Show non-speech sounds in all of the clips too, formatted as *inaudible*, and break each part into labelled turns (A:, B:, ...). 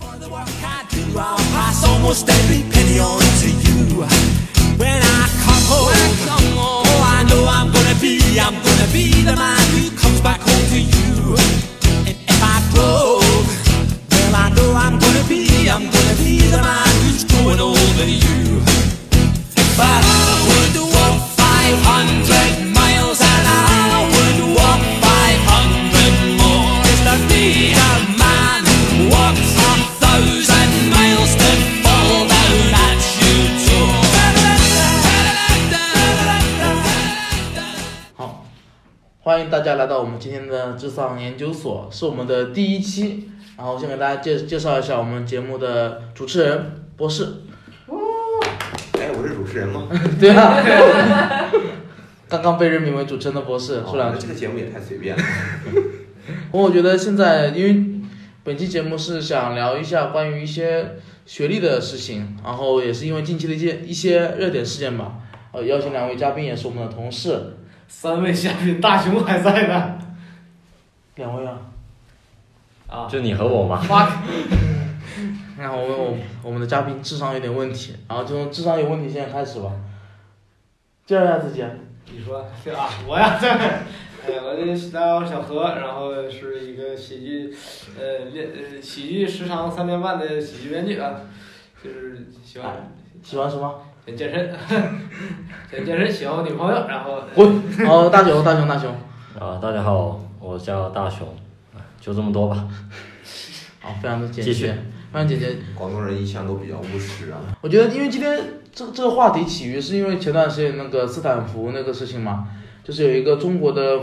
A: For the work I do, I'll pass almost every penny on to you. When I come home, oh, I know I'm gonna be, I'm gonna be the man who comes back home to you. And if I broke, well, I know I'm gonna be, I'm gonna be the man who's growing older than you. But I would walk 500 miles and I would walk 500 more just to be a man who walks a thousand miles to fall down at your door.
B: 好，欢迎大家来到我们今天的智丧研究所，是我们的第一期。然后先给大家介介绍一下我们节目的主持人博士。 *laughs*
C: 哎，我是主持人
D: *laughs*
C: 吗？
B: 对啊，刚刚被任命为主持人的博士说两
C: 哦
B: 句
C: 这。个节目也太随便了。
B: 不过我觉得现在因为本期节目是想聊一下关于一些学历的事情，然后也是因为近期的一些一些热点事件吧。呃，邀请两位嘉宾也是我们的同事，
E: 三位嘉宾，大熊还在呢。
B: 两位啊。
E: 啊，
D: 就你和我嘛。
B: 然后我们我我们的嘉宾智商有点问题，然后就从智商有问题现在开始吧。介绍一下自己啊，
E: 你说对啊，我呀，对，哎，我这大家好，小何，然后是一个喜剧，呃，练呃喜剧时长三年半的喜剧编剧啊，就是喜欢
B: 喜欢什么？
E: 想健身，想健身，喜欢我女朋友，然后
B: 滚！哦，大熊，大熊，大熊。
D: 啊，大家好，我叫大熊，啊就这么多吧。
B: 好，非常的简洁。
D: 继续
B: 非常简洁。
C: 广东人一向都比较务实啊。
B: 我觉得，因为今天这这个话题起于是因为前段时间那个斯坦福那个事情嘛，就是有一个中国的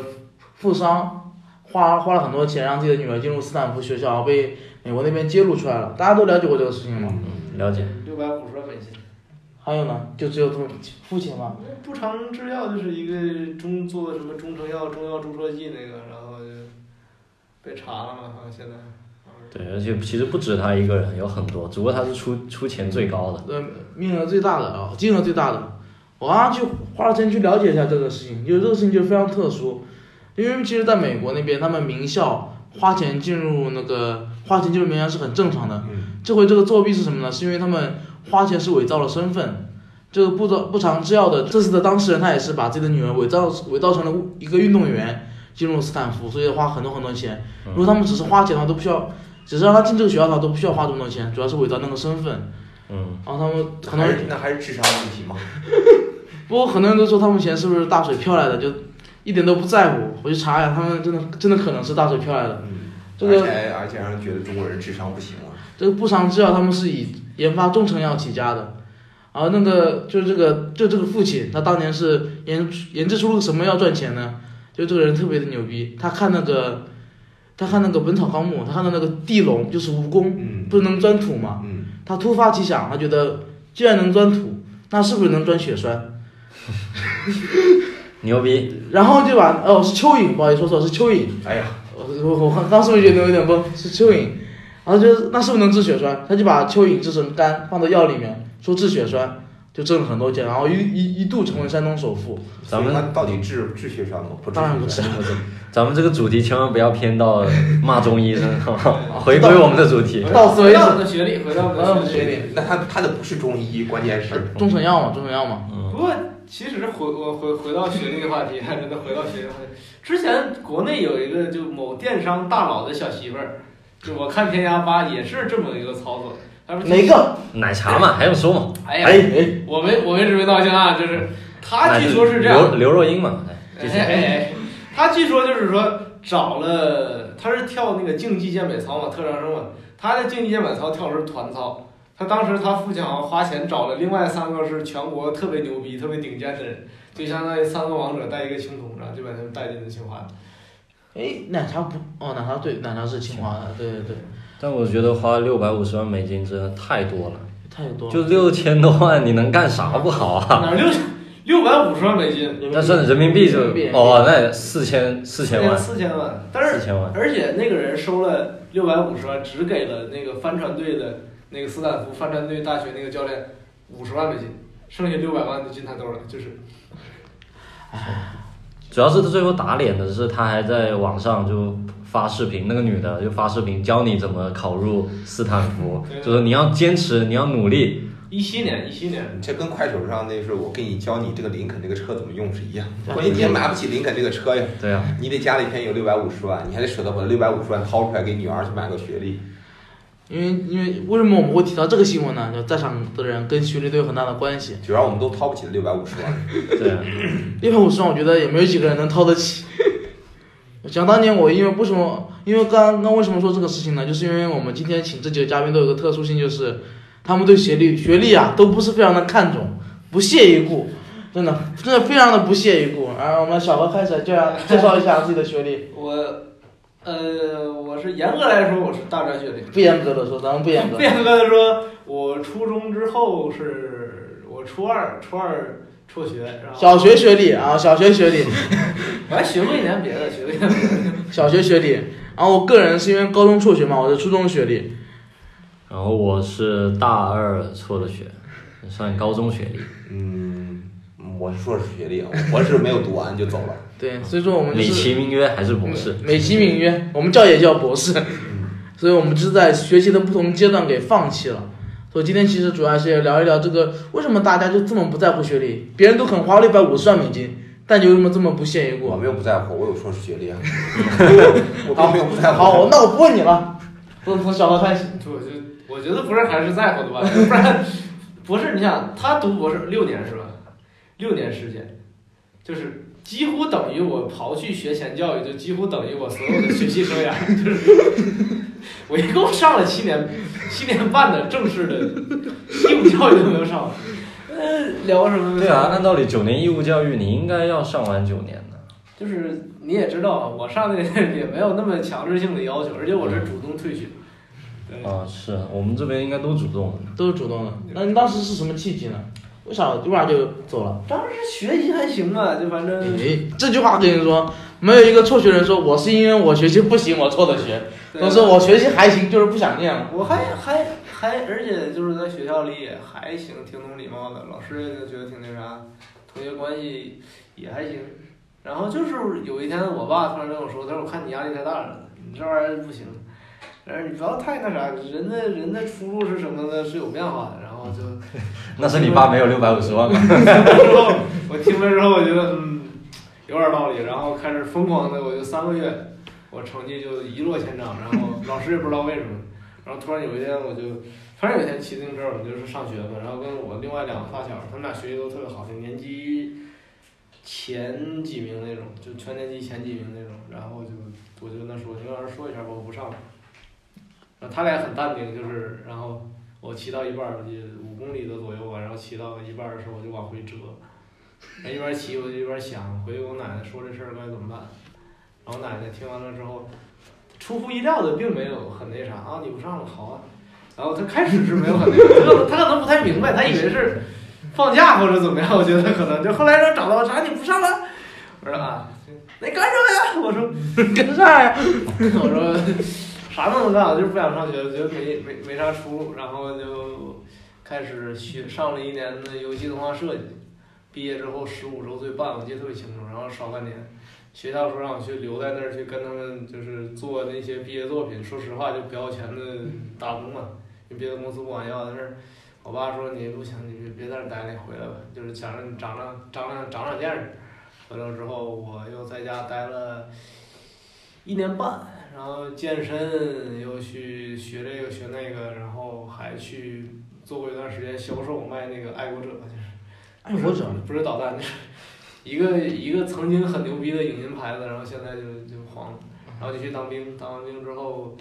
B: 富商花花了很多钱让自己的女儿进入斯坦福学校，然后被美国那边揭露出来了。大家都了解过这个事情吗？
D: 嗯，了解。
E: 六百五十万美金。
B: 还有呢，就只有这么父亲嘛，
E: 不常制药就是一个中做什么中成药、中药注射剂那个，然后就被查了嘛，好像现在。
D: 对，而且其实不止他一个人，有很多，只不过他是出出钱最高的。
B: 呃，面额最大的啊，金额最大的。我刚刚去花了钱去了解一下这个事情，就是这个事情就非常特殊，因为其实在美国那边，他们名校花钱进入那个花钱进入名校是很正常的。
C: 嗯，
B: 这回这个作弊是什么呢？是因为他们花钱是伪造了身份。这个不造不常制药的这次的当事人，他也是把自己的女儿伪造伪造成了一个运动员进入斯坦福，所以花很多很多钱。如果他们只是花钱的话，都不需要，只是让他进这个学校的话都不需要花这么多钱，主要是伪造那个身份。
D: 嗯，
B: 然后他们很多
C: 还
B: 人
C: 是那还是智商问题吗？
B: 不过很多人都说他们钱是不是大水漂来的，就一点都不在乎。我去查一下，他们真的真的可能是大水漂来的。
C: 嗯，
B: 这个
C: 而且而且让人觉得中国人智商不行了。
B: 这个不常制药他们是以研发中成药起家的，然后那个就是这个就这个父亲，他当年是研研制出了什么药赚钱呢？就这个人特别的牛逼，他看那个他看那个《本草纲目》，他看到那个地龙就是蜈蚣，
C: 嗯
B: 不是能钻土吗？
C: 嗯，
B: 他突发奇想，他觉得既然能钻土，那是不是能钻血栓？
D: 牛逼。 *laughs*
B: 然后就把哦是蚯蚓，不好意思说错了是蚯蚓，
C: 哎呀，
B: 我呃我我刚刚是不是觉得有点懵？是蚯蚓，然后就是那是不是能治血栓？他就把蚯蚓制成干放到药里面，说治血栓，就挣了很多钱，然后一一一度成为山东首富。
D: 咱们
C: 所以他到底治治学商吗？不治
B: 当然不
C: 学
B: 是
C: 商。
D: 咱们这个主题千万不要偏到骂中医身上， *laughs* 回归我们的主题。
B: 到此为止
E: 回到我们的学历，回到我
B: 回到我
E: 们
B: 们
E: 的
B: 的学
E: 学
B: 历
E: 历。
C: 那他他的不是中医，关键是
B: 中成药嘛，中成药嘛，
D: 嗯
E: 不过，其实回我回回到学历的话题， *laughs* 还真的回到学历话题。之前国内有一个就某电商大佬的小媳妇儿，就我看《天涯吧》也是这么一个操作。他说
B: 哪？个？
D: 奶茶嘛，还用说吗？
E: 哎呀，
B: 哎，
E: 我没我没指名道姓啊，就是他
D: 奶
E: 据说是这样，
D: 刘刘若英嘛，哎
E: 哎
D: 继续
E: 哎哎， *laughs* 他据说就是说找了，他是跳那个竞技健美操嘛，特长生嘛，他的竞技健美操跳的是团操。他当时他父亲好像花钱找了另外三个是全国特别牛逼、特别顶尖的人，就相当于三个王者带一个青铜，然后就把他们带进了清华。
B: 哎，奶茶不？哦，奶茶对，奶茶是清华的，对对对，
D: 但我觉得花六百五十万美金真的太多了，
B: 太多了。
D: 就六千多万，你能干啥不好啊？
E: 哪六六百五十万美金，
D: 那算人民币就
B: 人民币
D: 哦，那四千四千万，
E: 哎四千万，但是
D: 四千万。
E: 而且那个人收了六百五十万，只给了那个帆船队的那个斯坦福帆船队大学那个教练五十万美金，剩下六百万就进他兜了，就是
D: 主要是他最后打脸的是，他还在网上就发视频，那个女的就发视频教你怎么考入斯坦福
B: 啊
E: 对，
D: 就是你要坚持，你要努力。
E: 一七年，一七年，
C: 这跟快手上那是我给你教你这个林肯这个车怎么用是一样，关键你也买不起林肯这个车呀，
D: 对啊，
C: 你得家里边有六百五十万，你还得舍得把六百五十万掏出来给女儿去买个学历。
B: 因为因为为什么我们会提到这个新闻呢？就在场的人跟学历都有很大的关系。
C: 主要我们都掏不起六百五十万，
D: 对啊，
B: 六百五十万，我觉得也没有几个人能掏得起。想当年我因为为什么？因为刚刚为什么说这个事情呢？就是因为我们今天请这几个嘉宾都有个特殊性，就是他们对学历学历啊都不是非常的看重，不屑一顾，真的真的非常的不屑一顾。啊，我们小何开始就要介绍一下自己的学历，
E: 我，呃，我是严格来说我是大专学历，
B: 不严格的说，咱们不严格。
E: 严格的说，我初中之后是我初二，初二辍学，然后
B: 小学学历啊，小学学历，
E: 我还学过一年别的，学过一年别的。
B: 小学学历。然后我个人是因为高中辍学嘛，我是初中学历。
D: 然后我是大二辍的学，算高中学历。
C: 嗯，我是硕士学历，我博士没有读完就走了。
B: 对，所以说我们就
D: 美
B: 是。
D: 其名曰还是博士。
B: 美其名曰，我们叫也叫博士，所以我们就是在学习的不同阶段给放弃了。所以今天其实主要是聊一聊这个，为什么大家就这么不在乎学历？别人都肯花六百五十万美金，但你为什么这么不屑一
C: 我
B: 顾？
C: 们又不在乎，我有硕士学历啊，我并没有不在乎。
B: 好，那我不问你了，嗯从从小到开始。
E: 我就我觉得不是还是在乎的吧，不然博士，你想他读博士六年是吧？六年时间，就是几乎等于我刨去学前教育，就几乎等于我所有的学习生涯，就是 *laughs* 我一共上了七年，七年半的正式的义务教育都没有上完。呃，聊什么？
D: 对啊，，按道理九年义务教育你应该要上完九年的。
E: 就是你也知道啊，我上那个也没有那么强制性的要求，而且我是主动退学。对
D: 啊，是啊我们这边应该都主动的。
B: 都是主动的。那你当时是什么契机呢？为啥为啥就走了？
E: 当时学习还行吧，就反
D: 嗯
E: 正
B: 诶，这句话跟你说，没有一个辍学人说我是因为我学习不行我辍的学，
E: 对
B: 都说我学习还行，就是不想念了。
E: 我还还还，而且就是在学校里也还行，挺懂礼貌的，老师也觉得挺那啥，同学关系也还行。然后就是有一天，我爸突然跟我说：“他说我看你压力太大了，你这玩意儿不行。”但是你不要太那啥，人的人的出路是什么呢？是有变化的。然后就
B: 哎
D: 那是你 *laughs* 爸没有六百五十万吗？
E: 之后我听了之后，我觉得嗯有点道理，然后开始疯狂的，我就三个月，我成绩就一落千丈，然后老师也不知道为什么，然后突然有一天我就，突然有一天骑自行车，我们就是上学嘛，然后跟我另外两个发小，他们俩学习都特别好，就年级前几名那种，就全年级前几名那种，然后就我就跟他说，你跟老师说一下吧，我不上了。然后他俩很淡定，就是然后我骑到一半儿，也五公里的左右吧，然后骑到一半儿的时候我就往回折，然后一边儿骑我就一边儿想，回去跟我奶奶说这事儿该怎么办。然后奶奶听完了之后，出乎意料的并没有很那啥啊，你不上了好啊。然后她开始是没有很那个，她可能她可能不太明白，她以为是放假或者怎么样，我觉得可能就后来就找到我啊啥你不上了，我说啊，那干什么呀？我说
B: 干啥呀？
E: *laughs* 我说啥都能干，就是不想上学，觉得没没没啥出路，然后就开始学上了一年的游戏动画设计。毕业之后十五周岁半，我记得特别清楚，然后少半年。学校说让我去留在那儿去跟他们就是做那些毕业作品，说实话就不要钱的打工嘛，因为别的公司不管要。但是我爸说你不行，你别在这儿待了，你回来吧，就是想让你长长长长长长见识。回来之后，我又在家待了一年半，然后健身，又去学这个学那个，然后还去做过一段时间销售，卖那个爱国者，
B: 爱国 *laughs* 者，
E: 不是导弹，就是一个一个曾经很牛逼的影音牌子，然后现在就就黄了，然后就去当兵，当完兵之后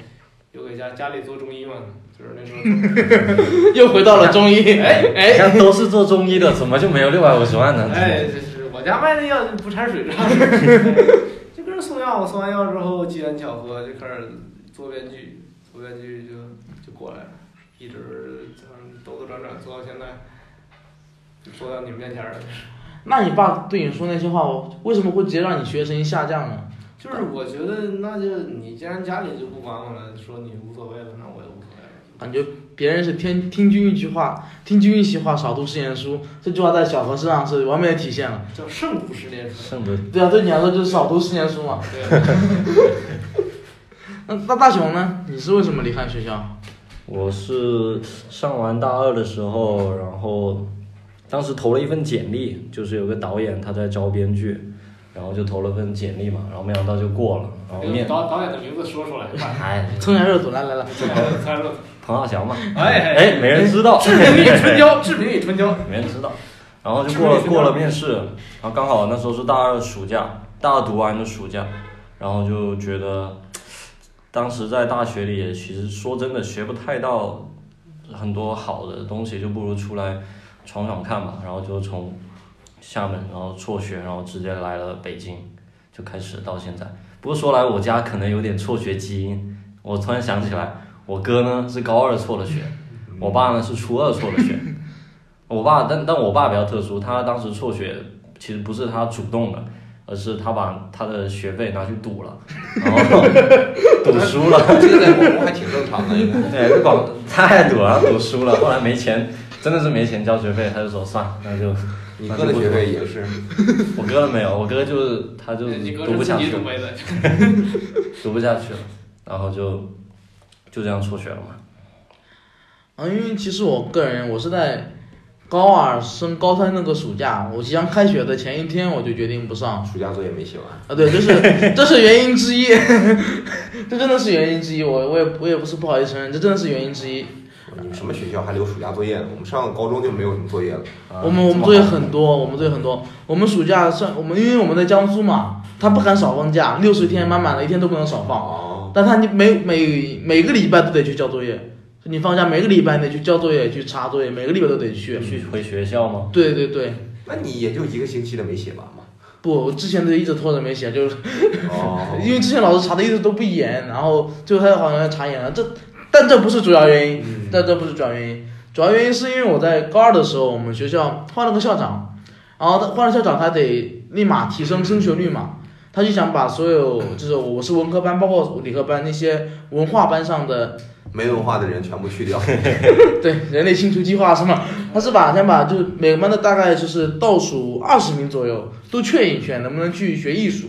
E: 又给家家里做中医嘛，就是那时候
B: 又回到了中医。哎哎
D: 你。看都是做中医的，怎么就没有六百五十万呢？
E: 哎，这是我家卖的药就不掺水
D: *laughs*
E: 了，就跟人送药，我送完药之后机缘巧合就开始做编剧，做编剧就就过来了，一直嗯兜兜转转做到现在，就坐到你们面前了。
B: 那你爸对你说那些话，我为什么会直接让你学成绩下降呢？
E: 就是我觉得那就你既然家里就不管我了，说你无所谓了，那我也无所谓了。
B: 感觉别人是听听君一句话，听君一席话，少读十年书。这句话在小何身上是完美的体现了。
E: 叫胜不十年书。
D: 剩的
B: 对啊，对你来说就是少读十年书嘛。
E: 对，
B: 那那大雄呢？你是为什么离开学校？
D: 我是上完大二的时候，然后当时投了一份简历，就是有个导演他在招编剧，然后就投了份简历嘛，然后没想到就过了，然后面，
E: 导导演的名字说出来，
D: 哎，
B: 蹭一下热度，来来来，
D: *laughs*
E: 猜了，
D: 彭大侠嘛，
E: 哎
D: 哎，没人知道，
E: 志明与春娇，志明与春娇，
D: 没人知道。然后就过了过了面试，然后刚好那时候是大二暑假，大二读完的暑假，然后就觉得，当时在大学里也其实说真的学不太到很多好的东西，就不如出来闯闯看吧。然后就从厦门，然后辍学，然后直接来了北京，就开始到现在。不过说来我家可能有点辍学基因，我突然想起来，我哥呢是高二辍的学，
E: 嗯
D: 我爸呢是初二辍
E: *laughs*
D: 的学。我爸，但但我爸比较特殊，他当时辍学其实不是他主动的，而是他把他的学费拿去赌了，然后赌输了。
E: *laughs*
C: 这个在广东还挺正常的，应该。
D: 对，就广他还赌了，赌输了，后来没钱，真的是没钱交学费，他就说算，那就
C: 你哥的学费也是，
D: 我哥没有，我哥就是他就
E: 你哥
D: 赌
E: 是
D: 不
E: 自
D: 下
E: 己
D: 去
E: 准
D: 了，
E: 备的，
D: 赌不下去了，然后就就这样辍学了嘛。
B: 啊，因为其实我个人我是在高二升高三那个暑假，我即将开学的前一天我就决定不上
C: 暑假作业没写完。
B: 啊，对，这是这是原因之一， *laughs* 这真的是原因之一，我我也我也不是不好意思承认，这真的是原因之一。
C: 你们什么学校还留暑假作业呢？我们上高中就没有什么作业了。
D: 啊
B: 我们我们作业很多，我们作业很多。我们暑假算我们，因为我们在江苏嘛，他不敢少放假，六十天满满的，一天都不能少放。
C: 哦，
B: 但他你每每每个礼拜都得去交作业，你放假每个礼拜你得去交作业、去查作业，每个礼拜都得去。
D: 去回学校吗？
B: 对对对，
C: 那你也就一个星期的没写完嘛？
B: 不，我之前都一直拖着没写，就是
C: 哦，
B: 因为之前老师查的一直都不严，然后最后他好像查严了，这但这不是主要原因，
C: 嗯
B: 但这不是主要原因，主要原因是因为我在高二的时候，我们学校换了个校长，然后他换了校长，他得立马提升升学率嘛，他就想把所有就是我是文科班，包括理科班那些文化班上的
C: *laughs* 没文化的人全部去掉。
B: 对人类清除计划是吗？他是把先把就是每个班的大概就是倒数二十名左右都劝一劝，能不能去学艺术？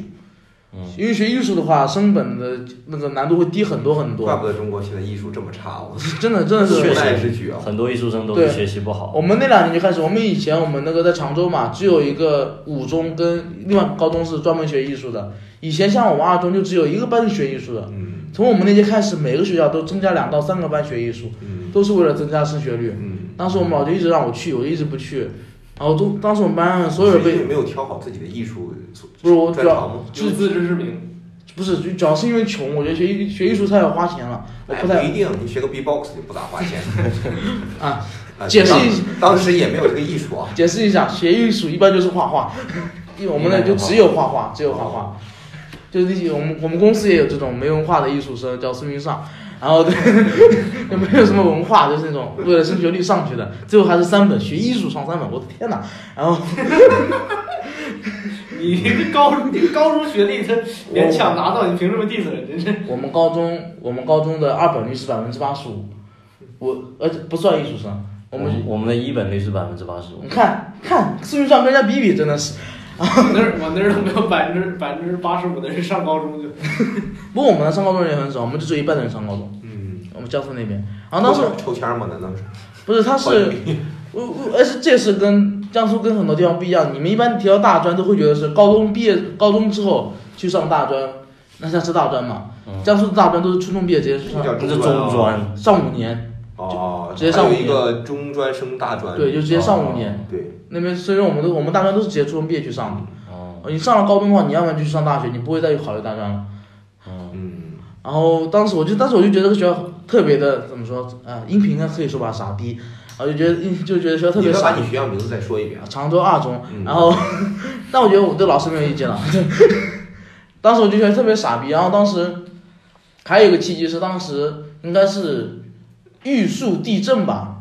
D: 嗯
B: 因为学艺术的话，升本的那个难度会低很多很
C: 怪
B: 多，
C: 不得中国现在艺术这么差，我
B: 真的真的
D: 确
B: 是
D: 实。
C: 无奈之举啊。
D: 很多艺术生都是
B: 对
D: 学习不好
B: 我，们那两年就开始，我们以前我们那个在常州嘛，只有一个五中跟另外一个高中是专门学艺术的。以前像我们二中就只有一个班是学艺术的，
C: 嗯
B: 从我们那届开始，每个学校都增加两到三个班学艺术，
C: 嗯
B: 都是为了增加升学率。
C: 嗯，
B: 当时我们老师一直让我去，我就一直不去。然后都当时我们班上所有
C: 是
B: 人
C: 因为
B: 被
C: 没有挑好自己的艺术
B: 不是我主
C: 专
B: 要
C: 长吗？
E: 有自知之明，
B: 不是主要是因为穷，我觉得学艺学艺术太要花钱了，我
C: 哎
B: 不
C: 不
B: 太
C: 一定，你学个 B-box 就不咋花钱。
B: *laughs* 啊。
C: *laughs* 啊
B: 解释
C: 当
B: 一下
C: 当时也没有这个艺术啊。
B: 解释一下，学艺术一般就是画画，因为我们那就只有画画，只有画画。就是那些我们我们公司也有这种没文化的艺术生，叫孙云尚，然后 *laughs* 对，就没有什么文化，就是那种为了升学率上去的，最后还是三本学艺术上三本，我的天哪！然后
E: *laughs* 你一个高你高中学历他勉强拿到，你凭什么 diss 人？真是
B: 我们高中我们高中的二本率是百分之八十五，我而且不算艺术生，我
D: 我
B: 们
D: 们我们的一本率是百分之八十五
B: 你。看看视频上跟人家比比，真的是。
E: *laughs* 我那儿我那儿都没有百分之百分之八十五的人上高中就
B: 不过我们上高中人也很少，我们就只有一半的人上高中。
C: 嗯，
B: 我们江苏那边，然后啊当时
C: 抽签吗？难道是？
B: 不是他是，我我而且这也是跟江苏跟很多地方不一样。你们一般提到大专都会觉得是高中毕业，高中之后去上大专，那像是大专嘛。
D: 嗯
B: 江苏的大专都是初中毕业直接去
C: 这叫
B: 上
D: 这
C: 中
D: 是
C: 专
D: 中
C: 啊
D: 专，
B: 上五年，
C: 哦，
B: 直接上
C: 还有
B: 五
C: 一
B: 年
C: 个中专升大专。
B: 对，就直接上五年。
C: 对，
B: 那边所以说我们都我们大专都是直接初中毕业去上的。呃
D: 哦，
B: 你上了高中的话，你要不然就去上大学，你不会再去考虑大专了。
D: 嗯，
C: 嗯，
B: 然后当时我就当时我就觉得这个学校特别的怎么说啊、音频呢可以说吧傻逼，啊就觉得就觉得学校特
C: 你
B: 别
C: 再
B: 傻
C: 把你学校名字再说一遍啊。
B: 常州二中，
C: 嗯
B: 然后， *laughs* 但我觉得我对老师没有意见了。 *laughs* 当时我就觉得特别傻逼，然后当时还有一个契机是当时应该是玉树地震吧，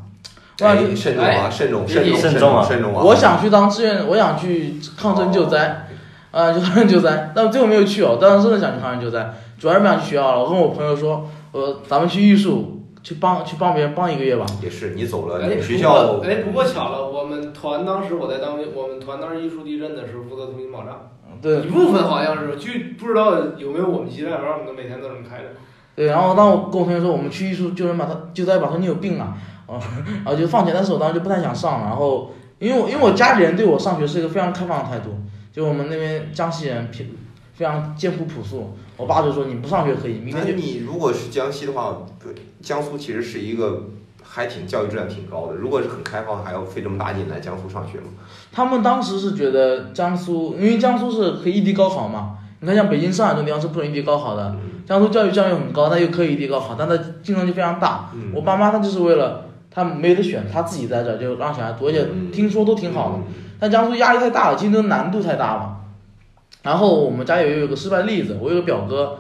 B: 我想
C: 哎，
B: 去，
C: 慎重啊，慎重，慎重，
D: 慎重
C: 重
D: 啊
C: 慎重啊！
B: 我想去当志愿，我想去抗震救灾，啊、去抗震救灾，但最后没有去哦，当时真的想去抗震救灾，主要是不想去学校了。我跟我朋友说，呃，咱们去玉树去帮去帮别人帮一个月吧，
C: 也是，你走了，
E: 哎
C: 你
E: 不
C: 呃们学
E: 过
C: 校
E: 哎，不过巧了，我们团当时我在当兵，我们团当时艺术地震的时候负责通信保障，
B: 对
E: 一部分好像是，据不知道有没有我们基站，反正我们都每天都这么开着。
B: 对，然后当我跟我同学说我们去艺术救人码头，救灾码头你有病啊，哦， *laughs* 然后就放弃，但是我当时就不太想上，然后因为我因为我家里人对我上学是一个非常开放的态度，就我们那边江西人偏非常艰苦朴素，我爸就说你不上学可以，明
C: 那
B: 天就
C: 你如果是江西的话，对江苏其实是一个还挺教育质量挺高的。如果是很开放，还要费这么大劲来江苏上学吗？
B: 他们当时是觉得江苏，因为江苏是可以异地高考嘛，你看像北京、上海这种地方是不能异地高考的，
C: 嗯
B: 江苏教育教育很高，但又可以异地高考，但它竞争就非常大。
C: 嗯
B: 我爸妈他就是为了他没得选，他自己在这儿就让小孩读，而且
C: 嗯
B: 听说都挺好的。
C: 嗯。
B: 但江苏压力太大了，竞争难度太大了。然后我们家也有一个失败例子，我有个表哥，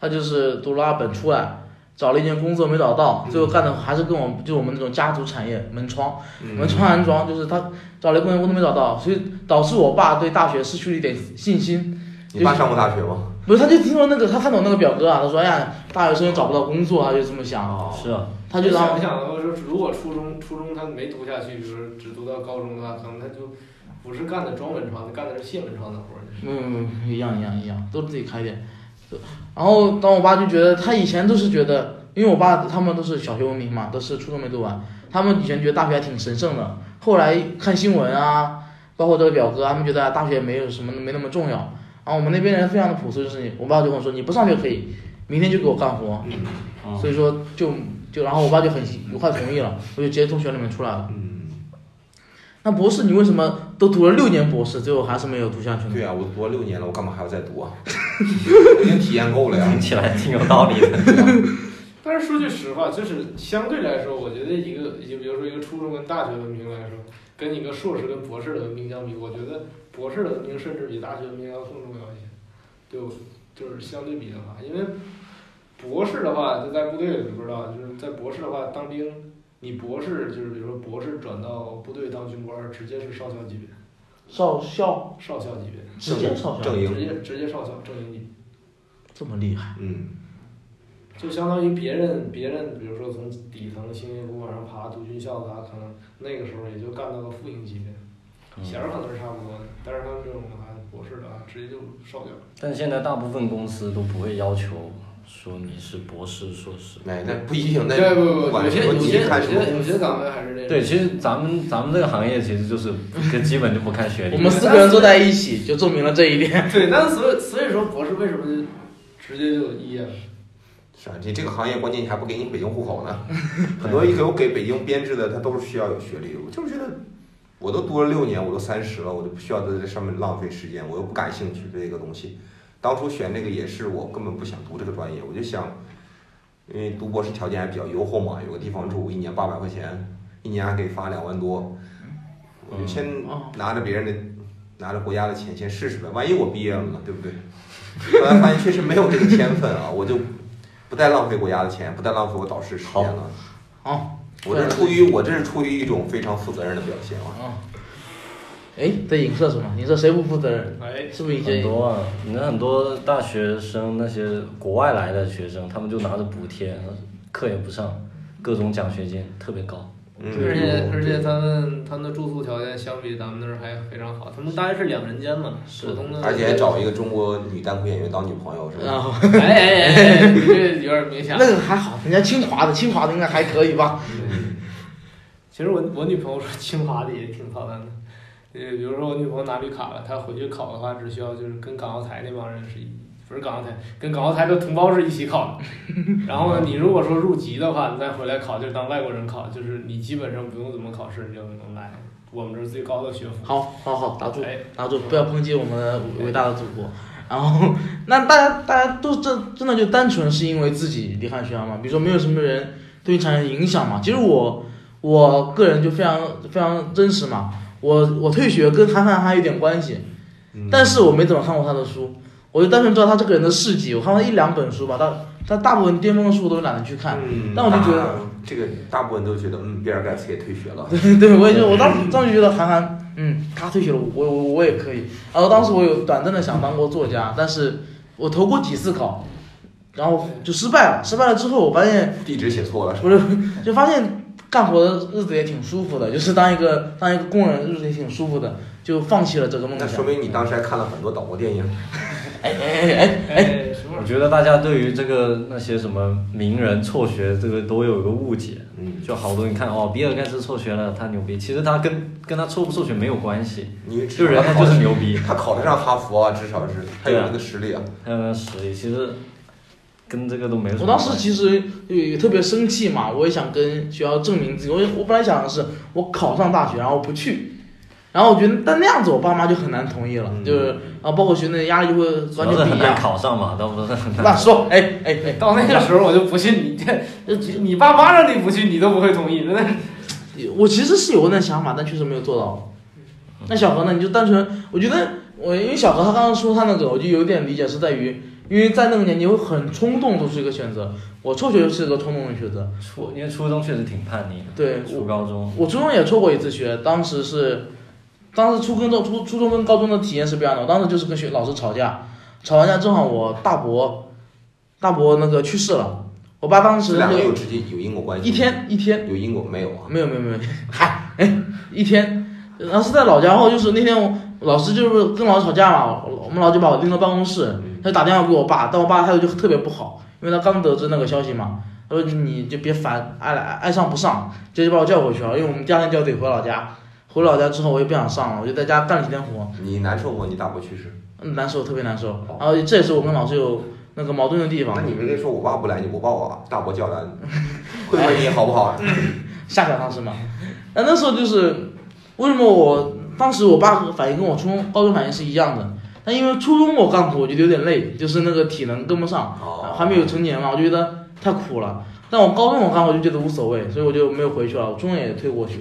B: 他就是读了二本出来，找了一件工作没找到，最后干的还是跟我们就我们那种家族产业门窗。
C: 嗯
B: 我们穿安装就是他找了一份工作没找到，所以导致我爸对大学失去了一点信心。
C: 你爸上过大学吗？
B: 不是，他就听说那个，他看懂那个表哥啊，他说：“哎呀，大学生找不到工作，啊他就这么想，
C: 哦
B: *laughs*
D: 是啊，
B: 他就
E: 想
B: 让
E: 一想，我说如果初中初中他没读下去，比如说只读到高中的话，可能他就不是干的装文创，他干的是卸文创的活儿。
B: 嗯，一样一样一样，都是自己开店。然后当我爸就觉得，他以前都是觉得，因为我爸他们都是小学文凭嘛，都是初中没读完，他们以前觉得大学还挺神圣的。后来看新闻啊，包括这个表哥，他们觉得大学没有什么没那么重要。然后我们那边人非常的朴素，就是你我爸就跟我说，你不上学可以，明天就给我干活。
D: 嗯
B: 所以说就就然后我爸就很愉快同意了，我就直接从学校里面出来了。
C: 嗯，
B: 那博士你为什么都读了六年博士，最后还是没有读下去呢？
C: 对啊，我读了六年了，我干嘛还要再读啊？ *laughs* 已经体验够了呀
B: *laughs*
D: 听。起来挺有道理的。
E: 但是说句实话，就是相对来说，我觉得一个，就比如说一个初中跟大学文凭来说，跟一个硕士跟博士的文凭相比，我觉得博士的文凭甚至比大学文凭要更重要一些。就就是相对比的话，因为博士的话，就在部队里不知道，就是在博士的话，当兵，你博士就是比如说博士转到部队当军官，直接是少校级别，
B: 少校
E: 少校级别，
B: 直接少校
C: 正
E: 直
C: 营，
E: 接直接少校正营级，
B: 这么厉害，
C: 嗯，
E: 就相当于别人别人，比如说从底层兴业部往上爬，读军校的话，可能那个时候也就干到个副营级别，
C: 嗯
E: 衔儿可能是差不多的，但是他们这种的话，博士的话，直接就少掉了。
D: 但现在大部分公司都不会要求说你是博士、硕士。
C: 哎，那不一定，那
E: 对不不，
C: 管
E: 有
C: 什
E: 些
C: 么
E: 有
C: 级
E: 些
C: 看
E: 有
C: 什么
E: 些有些岗位还是那种。
D: 对，其实咱们咱们这个行业其实就是跟基本就不看学
B: 我
D: 历
B: 们，四个人坐在一起就证明了这一点。
E: 对，但是所以所以说博士为什么就直接就毕业了？
C: 是啊，你这个行业关键你还不给你北京户口呢，很多有给北京编制的，他都是需要有学历。我就是觉得，我都读了六年，我都三十了，我就不需要在这上面浪费时间，我又不感兴趣对这个东西。当初选这个也是我根本不想读这个专业，我就想，因为读博士条件还比较优厚嘛，有个地方住，一年八百块钱，一年还可以发两万多，我就先
B: 哦
C: 拿着别人的。拿着国家的钱先试试呗，万一我毕业了呢，对不对？后来发现确实没有这个天分啊，我就不再浪费国家的钱，不再浪费我导师时间了。
B: *laughs* 好，
C: 我这是出于我这是出于一种非常负责任的表现啊。
B: 啊，哎，在影射什么？影射谁不负责任？
E: 哎，
B: 是不是影射
D: 很？多啊，你看很多大学生那些国外来的学生，他们就拿着补贴，课也不上，各种奖学金特别高。
C: 嗯，
E: 而且而且他们他们的住宿条件相比咱们那儿还非常好，他们大概是两人间嘛，
D: 是
E: 普通的。
C: 而且还找一个中国女单口演员当女朋友是
B: 然
C: 吧？
B: 后
E: 哎哎哎哎，你这有点明显。
B: 啊那个还好，人家清华的，清华的应该还可以吧？
E: 其实我我女朋友说清华的也挺操蛋的，呃，比如说我女朋友拿绿卡了，她回去考的话，只需要就是跟港澳台那帮人是一，不是港澳台，跟港澳台的同胞是一起考的。 *laughs* 然后呢，你如果说入籍的话，你再回来考就是当外国人考，就是你基本上不用怎么考试你就能来我们这儿最高的学府。
B: 好，好，好，打住，
E: 哎，
B: 打住，不要抨击我们的伟大的祖国。然后，那大家大家都真真的就单纯是因为自己离开学校嘛？比如说没有什么人对你产生影响嘛？其实我我个人就非常非常真实嘛，我我退学跟韩寒还有点关系，
C: 嗯
B: 但是我没怎么看过他的书，我就单纯知道他这个人的事迹，我看过一两本书吧，他他大部分巅峰的书我都懒得去看，
C: 嗯，
B: 但我就觉得
C: 啊这个大部分都觉得，嗯，比尔盖茨也退学了。
B: *laughs* 对，我也就我当时当时觉得韩寒，嗯，他退学了，我我我也可以。然后当时我有短暂的想当过作家，但是我投过几次考，然后就失败了。失败了之后，我发现
C: 地址写错了是吧？
B: 不是，就 *laughs* 发现干活的日子也挺舒服的，就是当一个当一个工人日子也挺舒服的，就放弃了这个梦
C: 那
B: 想
C: 说。明你当时还看了很多岛国电影。
D: 哎哎哎哎哎，
E: 哎，什么
D: 我觉得大家对于这个那些什么名人辍学这个都有一个误解，
C: 嗯，
D: 就好多你看哦，比尔盖茨辍学了，他牛逼，其实他跟跟他辍不辍学没有关系，
C: 你
D: 就人家就是牛逼，
C: 他考得上哈佛啊，至少是他有那个实力啊。
D: 还有那呃实力，其实跟这个都没什么
B: 我当
D: 关系。
B: 时其实也特别生气嘛，我也想跟学校证明自己。我我本来想的是，我考上大学然后不去，然后我觉得但那样子我爸妈就很难同意了，
C: 嗯
B: 就是啊，包括学生的压力就会
D: 主
B: 完
D: 要
B: 全
D: 是
B: 不
D: 很
B: 一
D: 难
B: 样。
D: 考上嘛，倒不是很难。
B: 那说，哎哎哎，
E: 到那个时候我就不信你这，这你爸妈让你不去，你都不会同意。那
B: 我其实是有那想法，但确实没有做到。那小何呢？你就单纯，我觉得我因为小何他刚刚说他那个，我就有点理解是在于，因为在那个年纪会很冲动做出一个选择。我辍学是一个冲动的选择，
D: 初因为初中确实挺叛逆的，
B: 对
D: 初高中
B: 我初中也辍过一次学，当时是，当时初跟中初初中跟高中的体验是不一样的。我当时就是跟学老师吵架，吵完架正好我大伯，大伯那个去世了，我爸当时
C: 这两
B: 那
C: 个有
B: 个
C: 直接有因果关系。
B: 一天嗯一天
C: 有因果没有啊？
B: 哦没有没有 *laughs* 没有，嗨，哎，一天，然后是在老家后，就是那天我老师就是跟老师吵架嘛，我我们老师就把我拎到办公室，
C: 嗯
B: 他就打电话给我爸，但我爸态度就特别不好，因为他刚得知那个消息嘛，他说你就别烦，爱来爱上不上，直接就把我叫回去了，因为我们第二天就要得回老家，回老家之后我也不想上了，我就在家干了几天活，
C: 你难受过你大伯去世，
B: 嗯难受特别难受，然后这也是我跟老师有那个矛盾的地方
C: 哦那，你没跟说我爸不来，你我把我大伯叫
B: *laughs*
C: 来，会问你好不好？
B: 嗯下小当时嘛。那那时候就是为什么我当时我爸反应跟我初中、高中反应是一样的，但因为初中我干活我觉得有点累，就是那个体能跟不上，
C: 哦
B: 还没有成年嘛，我就觉得太苦了。但我高中我干活就觉得无所谓，所以我就没有回去了。我初中也退过学。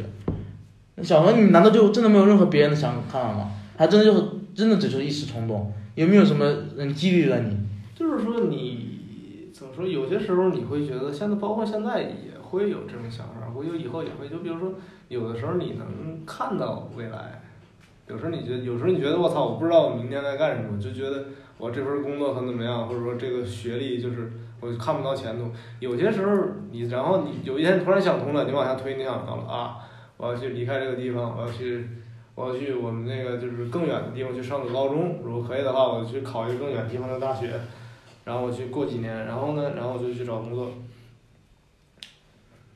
B: 那小何，你难道就真的没有任何别人的想看法吗？还真的就是真的只是一时冲动，有没有什么人激励了你？
E: 就是说你怎么说？有些时候你会觉得，现在包括现在也会有这种想法，我有以后也会。就比如说，有的时候你能看到未来，有时候你觉得，有时候你觉得我操，我不知道我明天该干什么，我就觉得我这份工作很怎么样，或者说这个学历就是我看不到前途。有些时候你，然后你有一天突然想通了，你往下推，你想到了啊，我要去离开这个地方，我要去。我要去我们那个就是更远的地方去上个高中，如果可以的话，我去考一个更远地方的大学，然后我去过几年，然后呢，然后我就去找工作。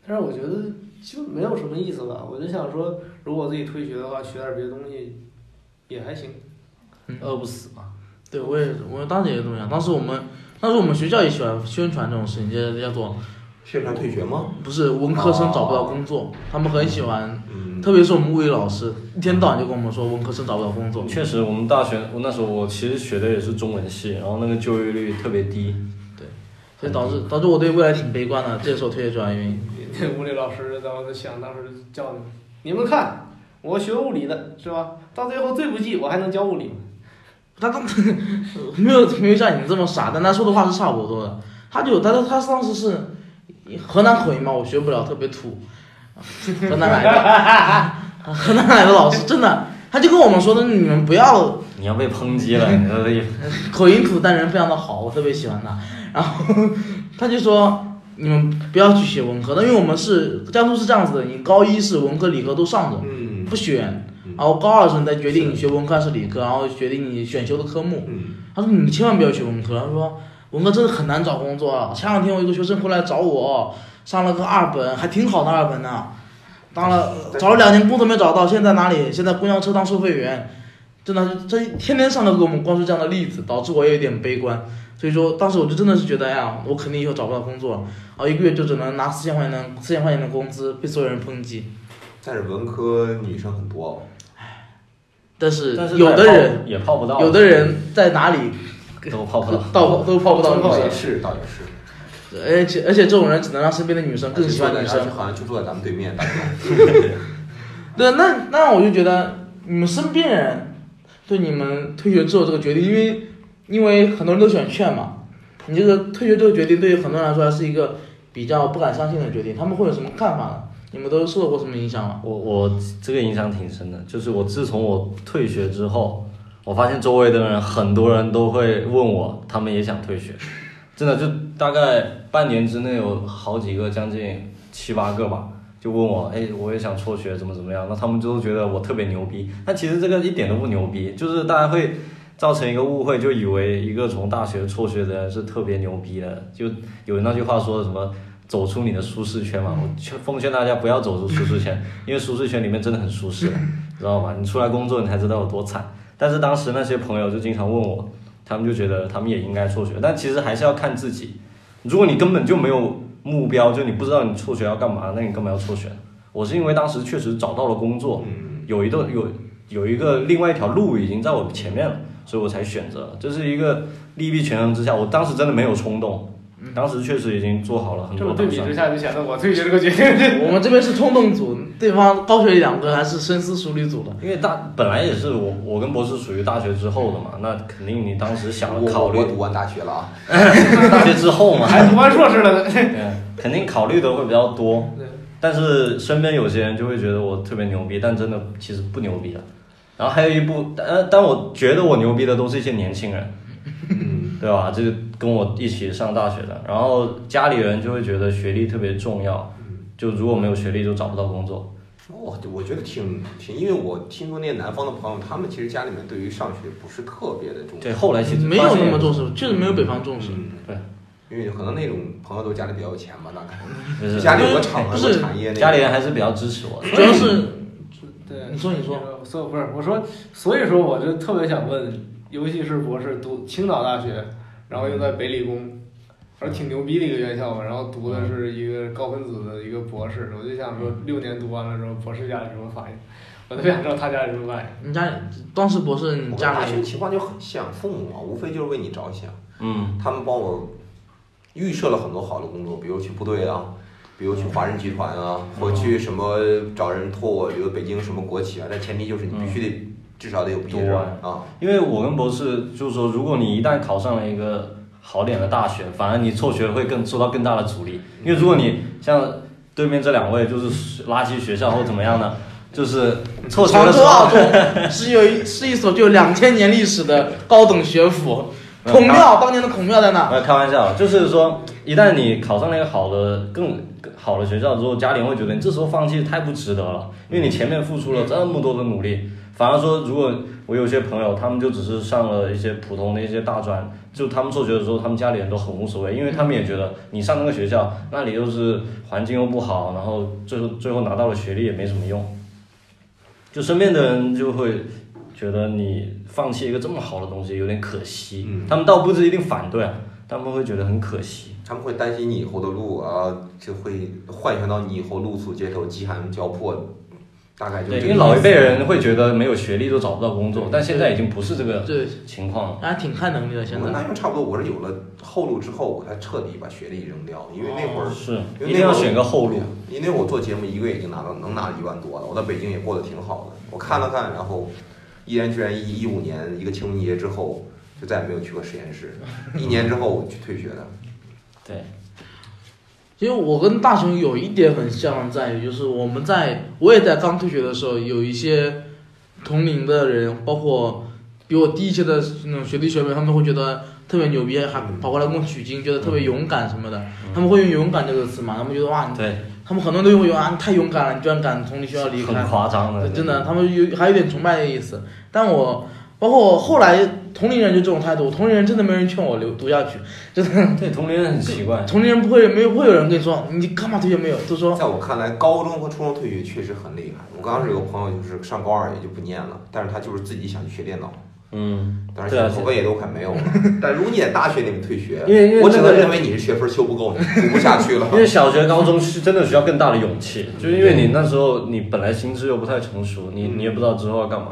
E: 但是我觉得就没有什么意思吧，我就想说，如果自己退学的话，学点别的东西也还行。
B: 嗯
D: 饿不死嘛。
B: 对，我也我当时也是这么想。当时我们当时我们学校也喜欢宣传这种事情，叫叫做
C: 宣传退学吗？
B: 不是文科生找不到工作，他们很喜欢，
C: 嗯，
B: 特别是我们物理老师，一天到晚就跟我们说文科生找不到工作。
D: 确实，我们大学我那时候我其实学的也是中文系，然后那个就业率特别低。
B: 所以导致导致我对未来挺悲观的，这也是我退学主要原因。
E: 那物理老师当时就想，当时就叫你们，你们看，我学物理的是吧？到最后最不济，我还能教物理吗？
B: 他当 *laughs* 没有没有像你这么傻，但他说的话是差不多的。他就他他他当时是河南口音嘛，我学不了，特别土，河南来的，
D: *laughs*
B: 河南来的老师真的，他就跟我们说的，你们不要
D: 你要被抨击了，你这也
B: 口音土，但人非常的好，我特别喜欢他。然后他就说：“你们不要去学文科的，因为我们是江苏是这样子的，你高一是文科理科都上着，
C: 嗯
B: 不选
C: 嗯，
B: 然后高二的时候你再决定你学文科还是理科，然后决定你选修的科目。
C: 嗯，”
B: 他说：“你千万不要学文科。”他说：“文科真的很难找工作啊。前两天我有个学生回来找我，上了个二本，还挺好的二本呢，当了找了两年工作没找到，现在哪里？现在公交车当售费员，真的，这天天上课给我们灌输这样的例子，导致我也有点悲观。所以说，当时我就真的是觉得，哎呀，我肯定以后找不到工作，啊，一个月就只能拿四千块钱的四千块钱的工资，被所有人抨击。
C: 但是文科女生很多哦。
B: 但是
D: 但是
B: 有的人，
D: 也泡不到，
B: 有的人在哪里
D: 都泡不到。
B: 到都泡不到女
C: 倒也
B: 生，
C: 是，倒也是。
B: 而且而且这种人只能让身边的女生更喜欢女生
C: 而且。好像就坐在咱们
B: *laughs*
C: 对面，大哥。
B: 对，那那我就觉得你们身边人对你们退学之后这个决定，因为因为很多人都喜欢劝嘛，你这个退学这个决定对于很多人来说还是一个比较不敢相信的决定，他们会有什么看法呢？你们都受到过什么影
C: *laughs*
B: 响吗？
D: 我我这个影响挺深的，就是我自从我退学之后，我发现周围的人很多人都会问我，他们也想退学，真的就大概半年之内有好几个，将近七八个吧，就问我，哎，我也想辍学，怎么怎么样？那他们就觉得我特别牛逼，但其实这个一点都不牛逼，就是大家会。造成一个误会，就以为一个从大学辍学的人是特别牛逼的，就有那句话说的什么“走出你的舒适圈”嘛，我劝奉劝大家不要走出舒适圈，因为舒适圈里面真的很舒适，你知道吗？你出来工作你才知道有多惨。但是当时那些朋友就经常问我，他们就觉得他们也应该辍学，但其实还是要看自己。如果你根本就没有目标，就你不知道你辍学要干嘛，那你干嘛要辍学？我是因为当时确实找到了工作，
E: 嗯
D: 有一段有有一个另外一条路已经在我前面了，所以我才选择。这是一个利弊权衡之下，我当时真的没有冲动，当时确实已经做好了很
E: 嗯这
D: 多
E: 么对
D: 打
E: 比
D: 算
E: 之。下，就显得我退学这个决定， *laughs*
B: 我们这边是冲动组，对方高学历两个还是深思熟虑组的。
D: 因为大本来也是我我跟博士属于大学之后的嘛，那肯定你当时想了
C: 我
D: 考虑
C: 我读完大学了啊，
D: 大学之后嘛，
E: *laughs* 还读完硕士了呢。
D: *laughs* 对，肯定考虑的会比较多
E: 对。
D: 但是身边有些人就会觉得我特别牛逼，但真的其实不牛逼啊。然后还有一部，呃，但我觉得我牛逼的都是一些年轻人，
C: 嗯
D: 对吧？就是跟我一起上大学的，然后家里人就会觉得学历特别重要，就如果没有学历就找不到工作。
C: 我哦我觉得挺挺，因为我听说那些南方的朋友，他们其实家里面对于上学不是特别的重视
D: 对，，后来其实
B: 没有那么
D: 多，
B: 重视，确实没有北方重视。
C: 嗯，
D: 对，
C: 因为可能那种朋友都家里比较有钱吧，大概
D: 不是
C: 家里有个厂
B: 呃不
C: 子、
B: 是
C: 有个产业那种，
D: 家里人还是比较支持我的。
B: 主要是
E: 对，
B: 你说你说，
E: 所以不是我说，所以说我就特别想问，尤其是博士读青岛大学，然后又在北理工，而挺牛逼的一个院校嘛，然后读的是
B: 嗯
E: 一个高分子的一个博士，我就想说，六年读完了之后，博士家里什么反应？我特别想知道他家里什么反应。
B: 你家里当时博士，你
C: 我
B: 家
C: 大
B: 里
C: 学情况就很像，父母啊，无非就是为你着想，
D: 嗯，
C: 他们帮我预设了很多好的工作，比如去部队啊，比如去华人集团啊，或者去什么找人托我留北京什么国企啊，但前提就是你必须得
D: 嗯
C: 至少得有毕业证啊。
D: 因为我跟博士就是说，如果你一旦考上了一个好点的大学，反而你辍学会更受到更大的阻力。因为如果你像对面这两位就是垃圾学校或怎么样呢，就是辍学
B: 常
D: 的时
B: 州
D: 候
B: 二，中啊是有一是一所具有两千年历史的高等学府，
D: 嗯
B: 孔
D: 然
B: 庙当年的孔庙在哪？
D: 呃，开玩笑，就是说一旦你考上了一个好的更更好的学校之后，家里人会觉得你这时候放弃太不值得了，因为你前面付出了这么多的努力。反而说，如果我有些朋友，他们就只是上了一些普通的一些大专，就他们辍学的时候，他们家里人都很无所谓，因为他们也觉得你上那个学校，那里又是环境又不好，然后最后最后拿到了学历也没什么用，就身边的人就会觉得你放弃一个这么好的东西有点可惜，
C: 嗯
D: 他们倒不是一定反对啊，他们会觉得很可惜。
C: 他们会担心你以后的路啊，就会幻想到你以后露宿街头、饥寒交迫，大概就
D: 对，
C: 这
D: 因
C: 个
D: 为老一辈人会觉得没有学历都找不到工作，但现在已经不是这个
B: 对，
D: 情况了。
B: 还挺看能力的。现
C: 我
B: 在
C: 跟
D: 嗯
C: 南阳差不多，我是有了后路之后，我才彻底把学历扔掉，因为那会儿
D: 是，
C: 因为那会儿
D: 一定要选个后路。
C: 因为我做节目一个月已经拿到能拿了一万多了，我在北京也过得挺好的。我看了看，然后毅然决然一一五年一个清明节之后，就再也没有去过实验室。一年之后我去退学的，
D: 对，
B: 其实我跟大雄有一点很像，在于就是我们在我也在刚退学的时候，有一些同龄的人，包括比我低一些的那种学弟学妹，他们会觉得特别牛逼，还跑过来跟我取经，觉得特别勇敢什么的。
D: 嗯
B: 他们会用“勇敢”这个词嘛？他们觉得哇，你
D: 对，
B: 他们很多人都用“勇啊敢”，你太勇敢了，你居然敢从你学校离开
D: 很。夸张的
B: 对，，真的，他们有还有点崇拜的意思。但我包括我后来同龄人就这种态度，同龄人真的没人劝我留读下去，真的， *laughs*
D: 对，同龄人很奇怪。
B: 同龄人不会没有不会有人跟你说你干嘛退学没有，都说
C: 在我看来，高中和初中退学确实很厉害。我刚开始有个朋友就是上高二也就不念了，但是他就是自己想去学电脑，
D: 嗯，
C: 当
D: 对啊啊
C: 然头发也都快没有了。 *laughs* 但如果你在大学里面退学，
D: 因为因为
C: 我只
D: 那
C: 能
D: 个
C: 认为你是学分修不够，你读不下去了。
D: 因为小学、高中是真的需要更大的勇气，就是因为你那时候你本来心智又不太成熟，你你也不知道之后要干嘛。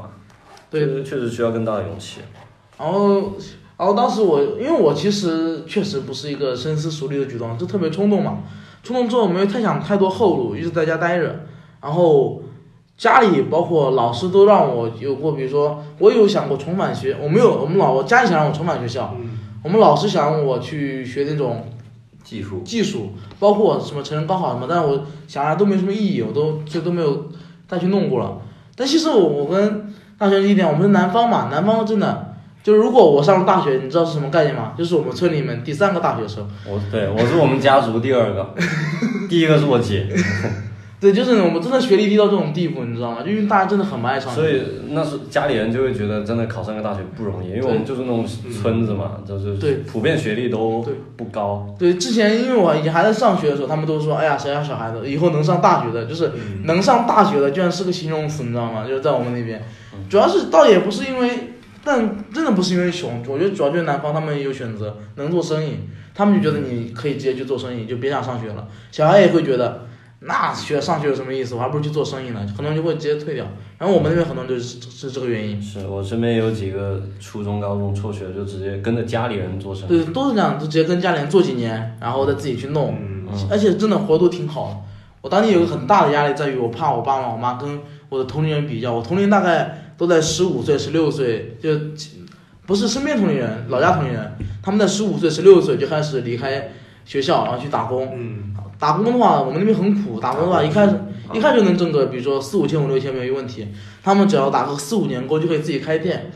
B: 对
D: 就是确实需要更大的勇气。
B: 然后，然后当时我，因为我其实确实不是一个深思熟虑的举动，就特别冲动嘛。冲动之后没有太想太多后路，一直在家待着。然后家里包括老师都让我有过，比如说我有想过重返学，我没有，我们老我家里想让我重返学校，
E: 嗯
B: 我们老师想让我去学那种
C: 技术
B: 技术，包括什么成人高考什么，但是我想来都没什么意义，我都这都没有再去弄过了。但其实我我跟大学一点，我们是南方嘛，南方真的就是如果我上了大学，你知道是什么概念吗？就是我们村里面第三个大学生，
D: 我对我是我们家族第二个，第一个是我姐，
B: 对，就是我们真的学历低到这种地步，你知道吗？就因为大家真的很不爱上学。
D: 所以那是家里人就会觉得真的考上个大学不容易，因为我们就是那种村子嘛，就是
B: 嗯对
D: 普遍学历都
B: 对
D: 不高。
B: 对，之前因为我以前还在上学的时候，他们都说，哎呀，谁家小孩子以后能上大学的，就是能上大学的，居然是个形容词，你知道吗？就是在我们那边，主要是倒也不是因为，但真的不是因为穷，我觉得主要就是南方他们有选择，能做生意，他们就觉得你可以直接去做生意，就别想上学了。小孩也会觉得，那学上学有什么意思？我还不如去做生意呢，很多人就会直接退掉。然后我们那边很多人就是是这个原因。
D: 是我身边有几个初中、高中辍学就直接跟着家里人做生意，
B: 对，都是这样，就直接跟家里人做几年，然后再自己去弄，而且真的活得都挺好的。我当年有个很大的压力在于，我怕我爸妈、我妈跟我的同龄人比较，我同龄大概都在十五岁、十六岁，就不是身边同龄人，老家同龄人，他们在十五岁、十六岁就开始离开学校，然后去打工。
C: 嗯，
B: 打工的话，我们那边很苦，打工的话一开始一开始就能挣个，比如说四五千、五六千没有问题。他们只要打个四五年工就可以自己开店，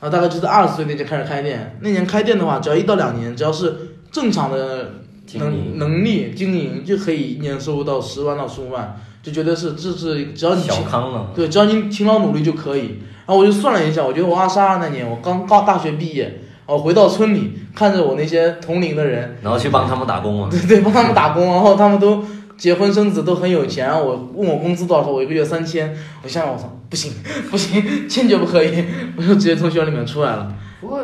B: 啊，大概就在二十岁那年开始开店。那年开店的话，只要一到两年，只要是正常的
D: 经
B: 能
D: 营
B: 能力经营，就可以一年收入到十万到十五万，就觉得是这是只要你
D: 小
B: 勤
D: 康了。
B: 对，只要你勤劳努力就可以。然后我就算了一下，我觉得我二十二那年，我刚刚大学毕业，我回到村里，看着我那些同龄的人，
D: 然后去帮他们打工嘛，
B: *laughs* 对对，帮他们打工，然后他们都结婚生子，都很有钱。我问我工资多少时候，我一个月三千，我想想，我操，不行不行，坚决不可以，我就直接从学校里面出来了。
E: 不过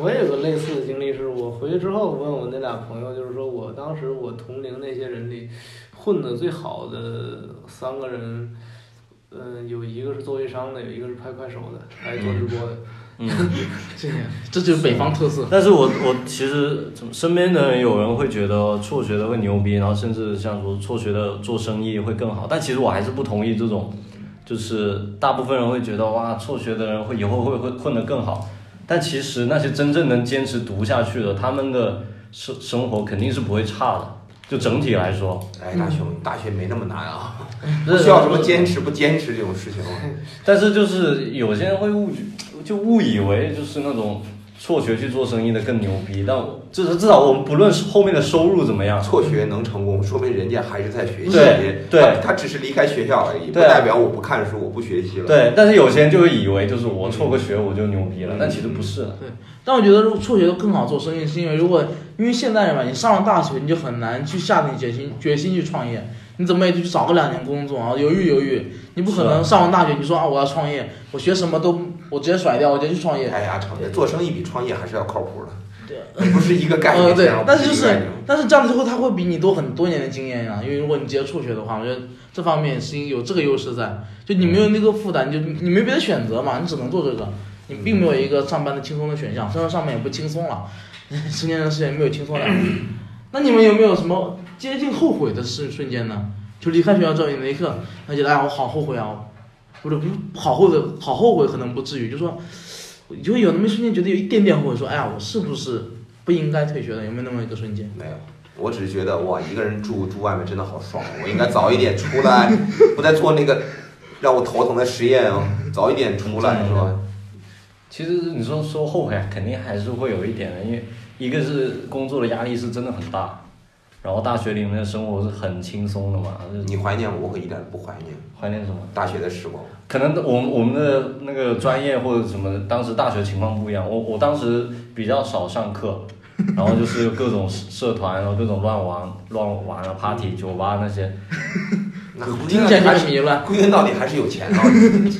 E: 我也有个类似的经历，是我回去之后问我那俩朋友，就是说我当时我同龄那些人里混的最好的三个人，嗯、有一个是做微商的，有一个是拍快手的，哎还有做直播的。
B: 这个这就是北方特色。
D: 但是我我其实怎么身边的人有人会觉得辍学的会牛逼，然后甚至像说辍学的做生意会更好，但其实我还是不同意这种，就是大部分人会觉得哇，辍学的人会以后会会混得更好，但其实那些真正能坚持读下去的，他们的生生活肯定是不会差的，就整体来说。
C: 哎，大熊，
D: 嗯
C: 大学没那么难啊，
D: 不
C: 不需要什么坚持不坚持这种事情。
D: 但是就是有些人会误觉，就误以为就是那种辍学去做生意的更牛逼，但我至少至少我们不论是后面的收入怎么样，
C: 辍学能成功，说明人家还是在学习。
D: 对对
C: 他他只是离开学校而已，不
D: 对
C: 代表我不看书，我不学习了。，
D: 对，但是有些人就会以为就是我辍个学我就牛逼了，但其实不是的。
B: 但我觉得如果辍学更好做生意，是因为如果因为现在人嘛，你上了大学你就很难去下定决心决心去创业，你怎么也就去找个两年工作，然后犹豫犹豫，你不可能上完大学你说啊我要创业，我学什么都我直接甩掉，我直接去创业。
C: 哎呀，成做生意比创业还是要靠谱的，
B: 对，
C: 不是一个概
B: 呃
C: 念。
B: 对
C: 这样，
B: 但是就
C: 不一个概
B: 是
C: 念
B: 但是这样子之后他会比你多很多年的经验呀、因为如果你直接辍学的话，我觉得这方面是有这个优势在，就你没有那个负担，你就你没别的选择嘛，你只能做这个。你并没有一个上班的轻松的选项，虽然上班也不轻松 *laughs* 了，成年人的事情没有轻松的。那你们有没有什么接近后悔的事瞬间呢？就离开学校之后那一刻，他觉得哎，我好后悔啊，不是不是好后悔，好后悔可能不至于，就说就会有那么一瞬间觉得有一点点后悔，说哎呀，我是不是不应该退学的？有没有那么一个瞬间？
C: 没有，我只是觉得哇，一个人住住外面真的好爽，我应该早一点出
B: *laughs*
C: 来，不再做那个让我头疼的实验啊，早一点出来是吧？
B: 嗯
D: 其实你说说后悔，肯定还是会有一点的，因为一个是工作的压力是真的很大，然后大学里面的生活是很轻松的嘛，就
C: 你怀念我，我可一点都不怀念
D: 怀念什么？
C: 大学的时光。
D: 可能我们我们的那个专业或者什么，当时大学情况不一样。我我当时比较少上 *laughs* 课，然后就是各种社团，然后各种乱玩乱玩啊，party 酒吧那些。
C: 那归
B: 听
C: 根
B: 起来
C: 还
B: 就很
C: 是
B: 迷乱。
C: 归根到底还是有 *laughs* 钱啊，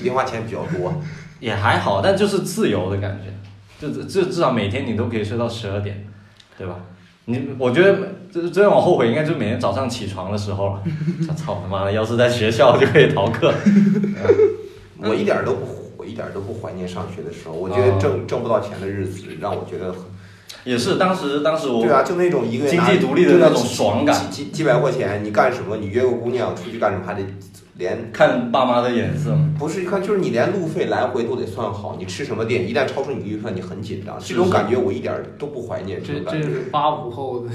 C: 零花钱比较多。
D: 也还好，但就是自由的感觉，就至至至少每天你都可以睡到十二点，对吧？你我觉得这这让我后悔，应该就是每天早上起床的时候了。 *laughs* 操他妈的，要是在学校就可以逃课。嗯
C: 我一点儿都不，我一点儿都不怀念上学的时候。我觉得
D: 哦
C: 挣挣不到钱的日子让我觉得很，
D: 也是当时当时我
C: 对啊，就那种一个月拿
D: 经济独立的那种爽感
C: 几几几百块钱，你干什么？你约个姑娘出去干什么？还得连
D: 看爸妈的眼色嘛。
C: 不是一看就是你连路费来回都得算好，你吃什么店，一旦超出你的预算，你很紧张。这
D: 是
C: 种感觉我一点儿都不怀念，这
E: 这
C: 种
E: 这
C: 感觉。
E: 是八五后的，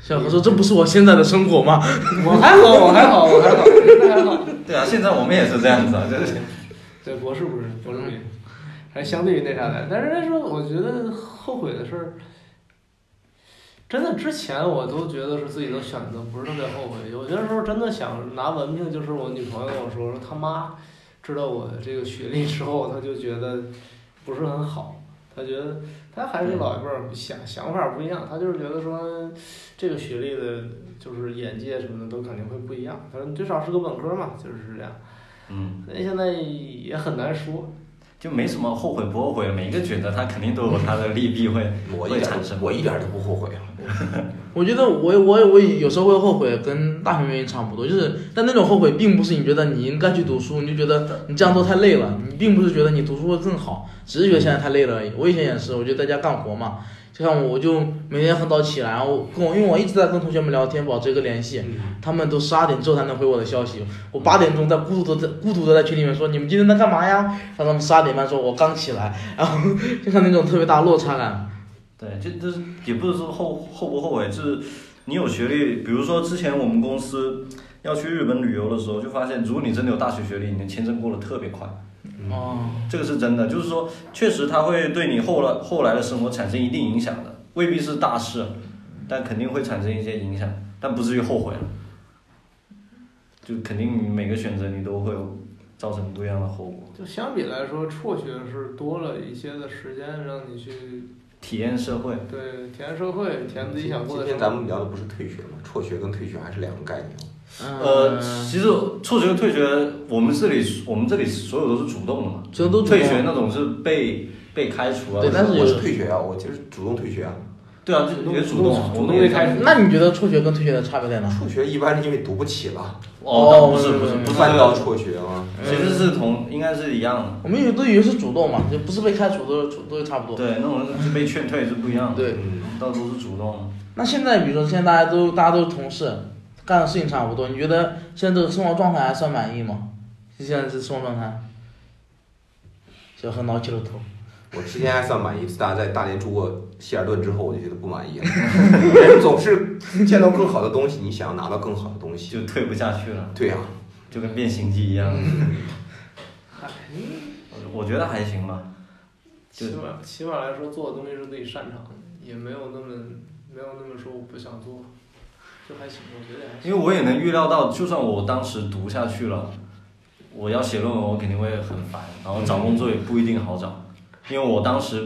B: 小何说：“这不是我现在的生活吗
E: 我还好，我还好，我 *laughs* 还好，真的还好。
D: 对啊，现在我们也是这样子啊，就是。
E: 对，博士不是，博士不是，还相对于那啥来。但是那时候我觉得后悔的事儿，真的之前我都觉得是自己的选择不是特别后悔，有些时候真的想拿文凭，就是我女朋友跟我说说她妈知道我这个学历之后，她就觉得不是很好，她觉得她还是老一辈儿想想法不一样，她就是觉得说这个学历的，就是眼界什么的都肯定会不一样，她说你最少是个本科嘛，就是这样，
D: 嗯，
E: 那现在也很难说，
D: 就没什么后悔不后悔，每一个选择它肯定都有它的利弊会
C: 我一
D: 会
C: 点
D: 产生。
C: 我一点都不后悔啊。
B: 我觉得我我我有时候会后悔，跟大学原因差不多，就是但那种后悔并不是你觉得你应该去读书，你就觉得你这样做太累了，你并不是觉得你读书会更好，只是觉得现在太累了而已。我以前也是，我就在家干活嘛，就像我我就每天很早起来，然后跟我因为我一直在跟同学们聊天，保持一个联系，他们都十二点之后才能回我的消息，我八点钟在孤独的在孤独的在群里面说你们今天在干嘛呀？然后他们十二点半说我刚起来，然后就像那种特别大落差感，
D: 对，就就是也不是说后后不后悔，就是你有学历，比如说之前我们公司要去日本旅游的时候，就发现如果你真的有大学学历，你的签证过得特别快，
B: 哦，
D: 这个是真的，就是说确实它会对你后来后来的生活产生一定影响的，未必是大事，啊但肯定会产生一些影响，但不至于后悔了。就肯定每个选择你都会有造成不一样的后果，
E: 就相比来说，辍学是多了一些的时间让你去
D: 体验社会。
E: 对体验社会，体验自己想过
C: 今
E: 的
C: 天
E: 生
C: 咱
E: 活。
C: 们聊的不是退学嘛，辍学跟退学还是两个概念。啊
D: 呃，
B: 嗯
D: 其实辍学和退学，我们这里我们这里所有都是主动的嘛，
B: 主要都主动
D: 退学那种是被被开除啊，
B: 对但是
D: 我
C: 我是退学啊，我就是主动退学啊。
D: 对啊，就也主动啊，
E: 主动
D: 我们也
E: 被开除。
B: 那你觉得辍学跟退学的差别在哪？
C: 辍学一般是因为读不起了，
D: 哦，那不是不是不是
C: 饭
D: 这
C: 要
D: 个，
C: 辍学啊。
D: 其实是同应该是一样的，
B: 我们有都以为是主动嘛，就不是被开除都是主都是差不多。
D: 对，那种是被劝退是不一样的，
B: 对，
C: 嗯，
D: 到都是主动
B: 那现在比如说现在大家都大家都是同事，干的事情差不多，你觉得现在这个生活状态还算满意吗？就现在这生活状态，小何挠起了头。
C: 我之前还算满意，自打在大连住过希尔顿之后，我就觉得不满
D: *laughs*
C: 意了。人总是见到更好的东西，你想要拿到更好的东西。
D: 就退不下去了，
C: 对呀、啊
D: 就跟变形计一样，
B: 嗯
E: 嗨，
D: 我觉得还行吧，
E: 哎起码起码来说，做的东西是自己擅长的，也没有那么没有那么说我不想做，就还行，我觉得还行。
D: 因为我也能预料到，就算我当时读下去了，我要写论文，我肯定会很烦，然后找工作也不一定好找，因为我当时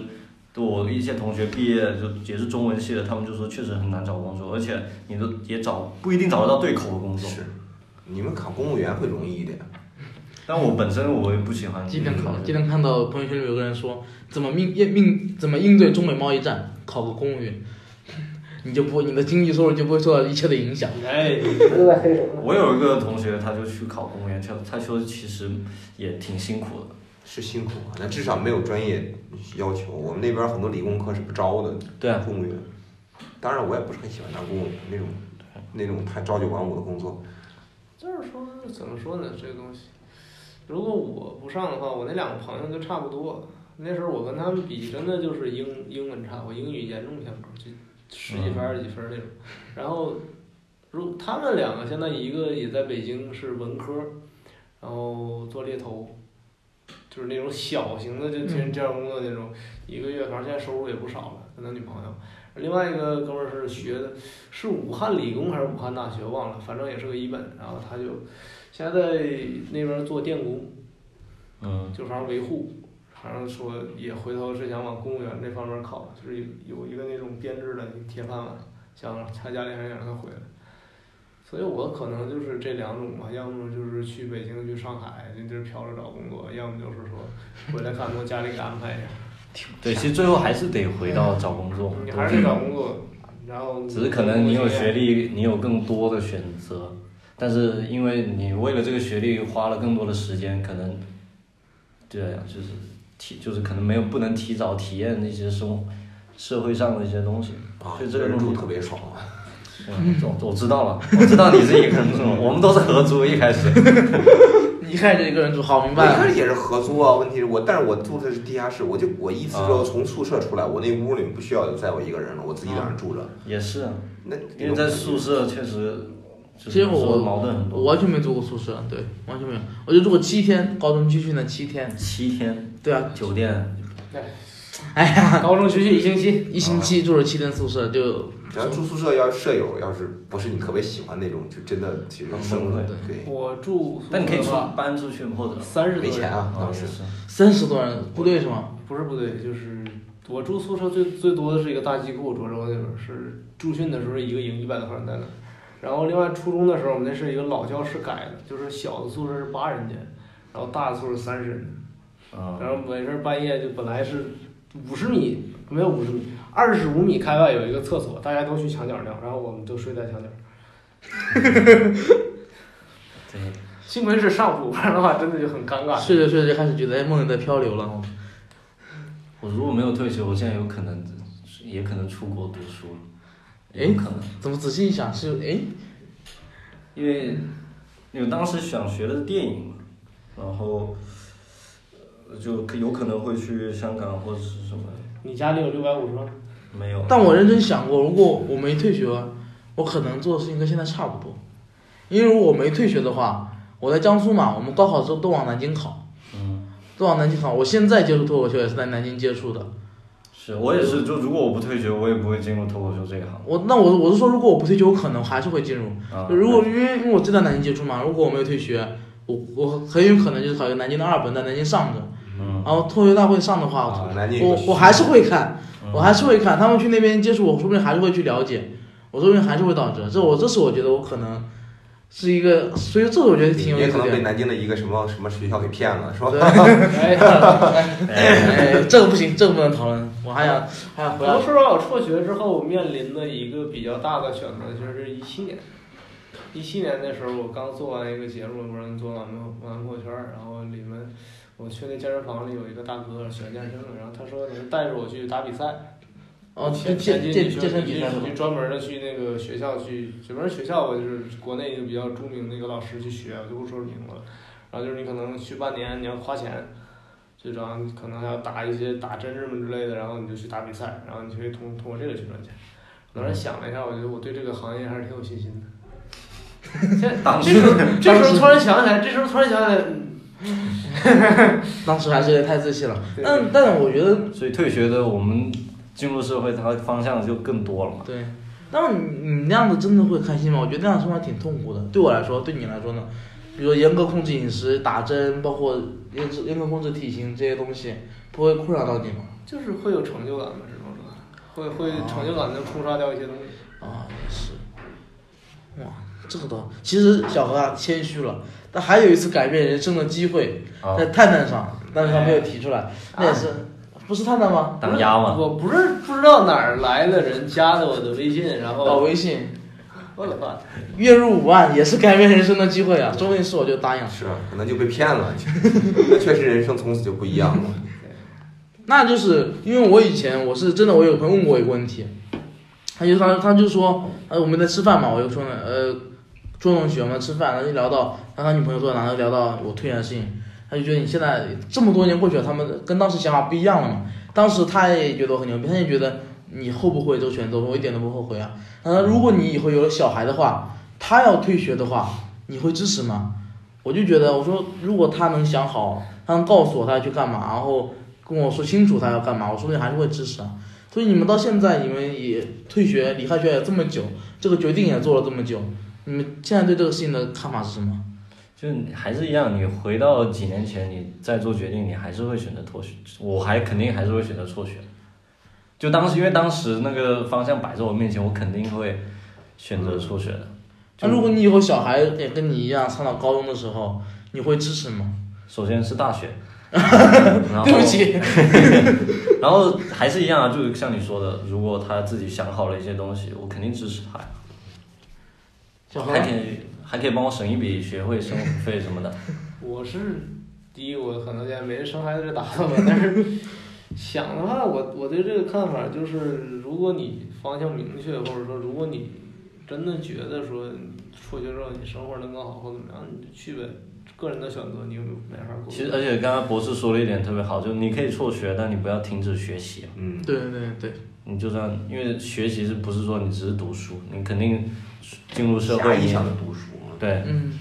D: 对我一些同学毕业就也是中文系的，他们就说确实很难找工作，而且你都也找不一定找得到对口的工作。
C: 是。你们考公务员会容易一点，
D: 但我本身我也不喜欢。
B: 今天考，今天看到朋友圈里有个人说，怎么应应应怎么应对中美贸易战，考个公务员， *laughs* 你就不你的经济收入就不会受到一切的影响。
E: 哎，
F: 又在黑什么？
D: 我有一个同学，他就去考公务员，他他说其实也挺辛苦的。
C: 是辛苦啊，但至少没有专业要求。我们那边很多理工科是不招的，
D: 对啊，
C: 公务员。当然，我也不是很喜欢当公务员那种，那种太朝九晚五的工作。
E: 就是说怎么说呢，这个东西，如果我不上的话，我那两个朋友就差不多。那时候我跟他们比，真的就是英英文差，我英语严重偏科，就十几分儿、二十几分儿那种。然后，如他们两个现在一个也在北京是文科，然后做猎头，就是那种小型的就接这样工作那种，一个月反正现在收入也不少了，跟他女朋友。另外一个哥们儿是学的，是武汉理工还是武汉大学忘了，反正也是个一本，然后他就现在在那边做电工，
D: 嗯，
E: 就反正维护，反正说也回头是想往公务员这方面靠，就是有有一个那种编制的铁饭碗，想他家里人想让他回来。所以我可能就是这两种吧，要么就是去北京、去上海那地儿飘着找工作，要么就是说回来看多家里给安排一
D: *laughs*
E: 下。
D: 对，其实最后还是得回到找工作，
E: 嗯你还是得找工作，然后
D: 只是可能你有学历，你有更多的选择，但是因为你为了这个学历花了更多的时间，可能，对啊，就是提就是可能没有不能提早体验那些生活社会上的一些东西，
C: 啊，
D: 所以
C: 这
D: 这个
C: 人
D: 东
C: 住
D: 西
C: 特，别爽啊！
D: 嗯，我我知道了，我知道你是一个人住，我们都是合租一开始，
B: 你一开始就一个人住，好明
C: 我
B: 白
C: 一开
B: 了。
C: 始也是合租啊，问题是我，但是我住的是地下室，我就我一次之
D: 啊
C: 后从宿舍出来，我那屋里不需要再我一个人了，我自己在那儿住着。
D: 也是啊，
C: 那
D: 因为在宿舍确实就
B: 其
D: 是
B: 实我
D: 说矛盾很
B: 我
D: 多，
B: 完全没住过宿舍，对，完全没有。我就住过七天，高中军训的七天。
D: 七天
B: 对啊，哎
D: 酒店 *laughs*
E: 高中学习一星期，
B: 一星期住了七天宿舍，就
C: 只要住宿舍，要是舍友要是不是你特别喜欢那种，就真的其实生活
D: 崩溃
C: 对
E: 我住宿舍吧，
D: 但你可以出搬出去或者
E: 三十多
C: 没钱
E: 人，
C: 啊，当
D: 也
C: 时
D: 哦是
B: 三十多人部队是吗？
E: 不是不对，就是我住宿舍最最多的是一个大机构，涿州那边儿是驻训的时候一个营一百多号人在那儿，然后另外初中的时候我们那是一个老教室改的，就是小的宿舍是八人间，然后大的宿舍三十人。
D: 啊
E: 然后没事儿半夜就本来是五十米，没有五十米，二十五米开外有一个厕所，大家都去墙角尿，然后我们都睡在墙角。
D: *laughs* 对，
E: 幸亏是上铺，不然的话真的就很尴尬。
B: 睡着睡着就开始觉得哎梦里在漂流了。
D: 我如果没有退休，我现在有可能也可能出国读书了，
B: 诶
D: 有可能，
B: 怎么仔细一想是哎，
D: 因为因为当时想学的是电影嘛，然后呃就可有可能会去香港或者是什么，
E: 你家里有六百五十万？
D: 没有。
B: 但我认真想过，如果我没退学，我可能做的事情跟现在差不多。因为如果我没退学的话，我在江苏嘛，我们高考之后都往南京考，
D: 嗯，
B: 都往南京考。我现在接触脱口秀也是在南京接触的。
D: 是我也是，就如果我不退学，我也不会进入脱口秀这一行。
B: 我那我我是说，如果我不退学，我可能还是会进入。
D: 啊，
B: 就如果因为因为我正在南京接触嘛，如果我没有退学，我我很有可能就是考一个南京的二本，在南京上着。
D: 嗯，
B: 然后脱口秀大会上的话，
C: 啊南京有
B: 我
C: 个
B: 我还是会看，
D: 嗯
B: 我还是会看。他们去那边接触我，说不定还是会去了解，我说不定还是会导致。这我这是我觉得我可能是一个，所以这个我觉得挺有
C: 也
B: 意思
C: 可能被
B: 的。
C: 南京的一个什么什么学校给骗了，是吧？
B: 对，
E: 哎， *laughs*
B: 哎，这个不行，这个不能讨论。我还
C: 嗯
B: 想还想
E: 我
B: 回来
E: 都，说我辍学之后面临的一个比较大的选择就是一七年。一七年那时候，我刚做完一个节目，不是做完朋完朋友圈儿，然后里面我去那健身房里有一个大哥喜欢健身的，然后他说能带着我去打比赛，
B: 哦，
E: 前
B: 健
E: 前
B: 健健
E: 进女生
B: 健身比赛是
E: 就
B: 吧？
E: 专门的去那个学校去，什么学校吧，就是国内一个比较著名的一个老师去学，我就不说名字了。然后就是你可能去半年，你要花钱，这种可能还要打一些打针什么之类的，然后你就去打比赛，然后你就可以通通过这个去赚钱。我当时想了一下，我觉得我对这个行业还是挺有信心的。现
D: 当
E: 这时候这时候突然想起来，这时候突然想起来，嗯
B: 当时还是有点太自信了。
E: 对
B: 但但我觉得
D: 所以退学的我们进入社会，它的方向就更多了嘛。
B: 对，那么你你那样子真的会开心吗？我觉得那样生活还挺痛苦的。对我来说，对你来说呢？比如说严格控制饮食、打针，包括严格严格控制体型这些东西，不会困扰到你吗？
E: 就是会有成就感嘛，这种状态，会会成就感能冲刷掉一些东西。
B: 啊，也是。哇，这个倒其实小何啊谦虚了，但还有一次改变人生的机会，
D: 啊，
B: 在探探上，但是他没有提出来，那也是，不是探探吗？
D: 当鸭嘛。
E: 我不是不知道哪儿来的人加的我的微信，然
B: 搞
E: 后
B: 哦微信，
E: 我的妈，
B: 月入五万也是改变人生的机会啊！终于是我就答应了。
C: 是，啊可能就 *laughs* 被骗了，那确实人生从此就不一样了。
B: 那就是因为我以前我是真的，我有朋友问过一个问题，他就他他就说，呃，我们在吃饭嘛，我就说呢，呃，周同学我们在吃饭，然后就聊到，然后他女朋友说，然后聊到我退学的事情，他就觉得你现在这么多年过去了，他们跟当时想法不一样了嘛。当时他也觉得我很牛逼，他也觉得你后不后悔这个选择，我一点都不后悔啊。然后如果你以后有了小孩的话，他要退学的话，你会支持吗？我就觉得，我说如果他能想好，他能告诉我他要去干嘛，然后跟我说清楚他要干嘛，我说不定还是会支持啊。所以你们到现在，你们也退学、离开学也这么久，这个决定也做了这么久，你们现在对这个事情的看法是什么？
D: 就你还是一样，你回到几年前，你再做决定，你还是会选择辍学。我还肯定还是会选择辍学。就当时，因为当时那个方向摆在我面前，我肯定会选择辍学的。
B: 那如果你以后小孩也跟你一样上到高中的时候，你会支持吗？
D: 首先是
B: *laughs*
D: 大学，然后
B: 对不，起，
D: 然后还是一样啊，就像你说的，如果他自己想好了一些东西，我肯定支持他，
B: 小
D: 还
B: 孩
D: 可以还可以帮我省一笔学费、生活费什么的。
E: 我是第一，我可能现在没生孩子这打算吧，但是想的话，我我对这个看法就是，如果你方向明确，或者说如果你真的觉得说辍学之后你生活能更好或怎么样，你就去呗，个人的选择，你有没法过。
D: 其实，而且刚刚博士说了一点特别好，就是你可以辍学，但你不要停止学习啊。
C: 嗯，
B: 对对对对，
D: 你就算因为学习是不是说你只是读书，你肯定进入社
C: 狭
D: 会，
C: 义
D: 你
C: 上的读书嘛，
D: 对，
B: 嗯，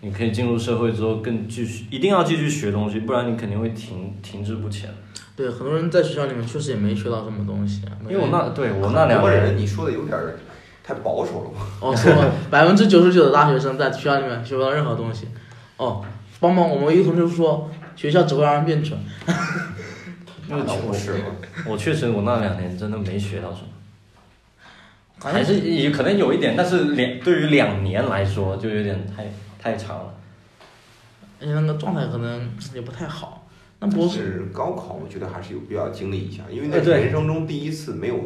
D: 你可以进入社会之后更继续，一定要继续学东西，不然你肯定会停停滞不前。
B: 对，很多人在学校里面确实也没学到什么东西，啊
D: 因为我那对我那
C: 很
D: 两
C: 多
D: 个
C: 人，你说的有点儿太保守了吧？
B: 哦，是吗？百分之九十九的大学生在学校里面学不到任何东西。哦，帮忙我们一个同学说，学校只会让人变蠢。
C: 那倒不是吧？
D: 我确实我那两年真的没学到什么，
B: 反
D: 还
B: 正
D: 是也可能有一点，但是两对于两年来说就有点太太长了。
B: 而哎且那个状态可能也不太呃好。那博士
C: 是高考，我觉得还是有必要经历一下，因为那
D: 哎
C: 是
D: 对
C: 人生中第一次没有，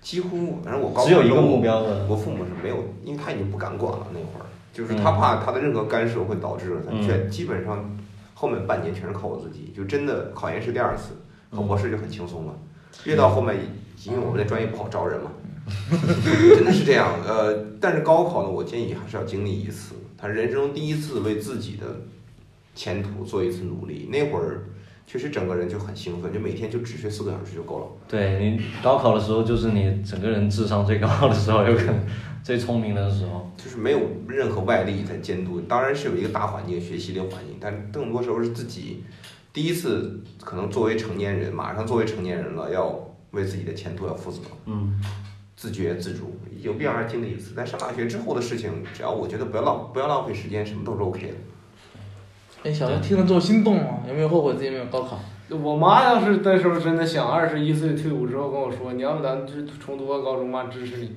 C: 几乎反正我高考
D: 只有一个
C: 中
D: 目标的
C: 我父母是没有，因为他已经不敢管了那会儿，就是
D: 嗯
C: 他怕他的任何干涉会导致他
D: 嗯
C: 全基本上后面半年全是靠我自己，就真的考研是第二次，考博士就很轻松了，
D: 嗯
C: 越到后面因为我们的专业不好招人嘛， *laughs* 真的是这样。呃，但是高考呢，我建议还是要经历一次，他人生中第一次为自己的前途做一次努力。那会儿确实整个人就很兴奋，就每天就只睡四个小时就够了。
D: 对你高考的时候，就是你整个人智商最高的时候，有可能最聪明的时候。
C: 就是没有任何外力在监督，当然是有一个大环境、学习的环境，但更多时候是自己第一次可能作为成年人，马上作为成年人了，要为自己的前途要负责，
D: 嗯，
C: 自觉自主，有必要还是经历一次。但上大学之后的事情，只要我觉得不要浪不要浪费时间，什么都是 OK 的。
B: 哎，小时候听了之后心动了，有没有后悔自己没有高考？
E: 我妈要是那时候真的想二十一岁退伍之后跟我说，你要不咱去重读个高中吧，支持你。
D: 嗯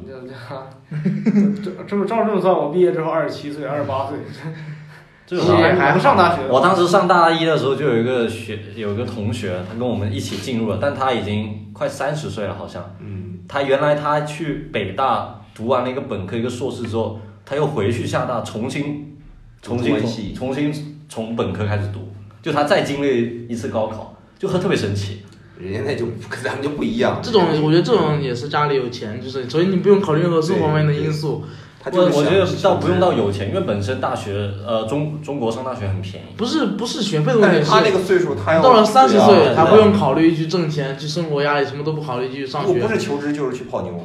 E: 你就这样，这这么照这么算，我毕业之后二十七岁、二十八岁，
D: 这
B: 有
D: 种
B: 时候
D: 啊
B: 也还
E: 还不上大学。
D: 我当时上大一的时候，就有一个学有一个同学，他跟我们一起进入了，但他已经快三十岁了，好像。
C: 嗯，
D: 他原来他去北大读完了一个本科一个硕士之后，他又回去厦大重新重新
C: 读中文系
D: 从重新从本科开始读，就他再经历一次高考，就很特别神奇。
C: 人家那就跟咱们就不一样，
B: 这种我觉得这种也是家里有钱，就是所以你不用考虑任何生活方面的因素。
C: 他
D: 我
C: 就是
D: 我觉
C: 想
D: 得倒不用到有钱，因为本身大学呃中中国上大学很便宜，
B: 不是不是学费的
C: 但
B: 问
C: 是
B: 题，
C: 他那个岁数，他要
B: 到了三十
D: 对
B: 岁
D: 啊
B: 他不用考虑去挣钱、去生活压力，什么都不考虑去上
C: 如果不
B: 学。
C: 是求职就是去泡妞，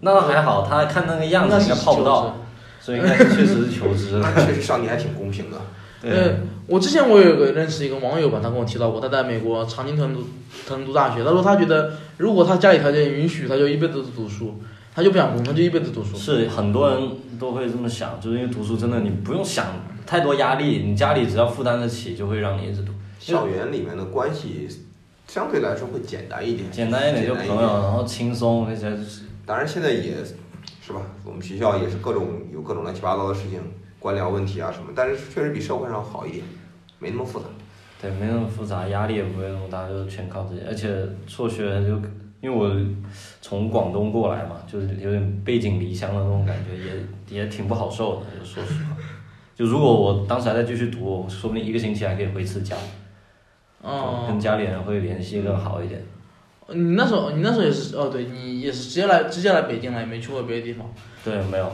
D: 那还好，他看那个样子
B: 那
D: 应
B: 是
D: 该泡不到，所以应该是确实是求职了。
C: *laughs* 那确实上帝还挺公平的。
D: 对
B: 呃，我之前我有个认识一个网友吧，他跟我提到过，他在美国常青藤读藤读大学，他说他觉得如果他家里条件允许，他就一辈子读书，他就不想工作，他就一辈子读书。
D: 是很多人都会这么想，就是因为读书真的你不用想太多压力，你家里只要负担得起，就会让你一直读。
C: 校园里面的关系相对来说会简单一点，
D: 简单一点就朋友，然后轻松那些就是
C: 当然现在也是吧，我们学校也是各种有各种乱七八糟的事情，官僚问题啊什么，但是确实比社会上好一点，没那么复杂。
D: 对，没那么复杂，压力也不会那么大，就是全靠自己。而且辍学就因为我从广东过来嘛，就是有点背井离乡的那种感觉，也也挺不好受的。就说实话，就如果我当时还在继续读，我说不定一个星期还可以回一次家，
C: 嗯
D: 跟
B: 哦，
D: 家里人会联系更好一点。
B: 你那时候你那时候也是哦，对你也是直接来直接来北京了，也没去过别的地方。
D: 对，没有，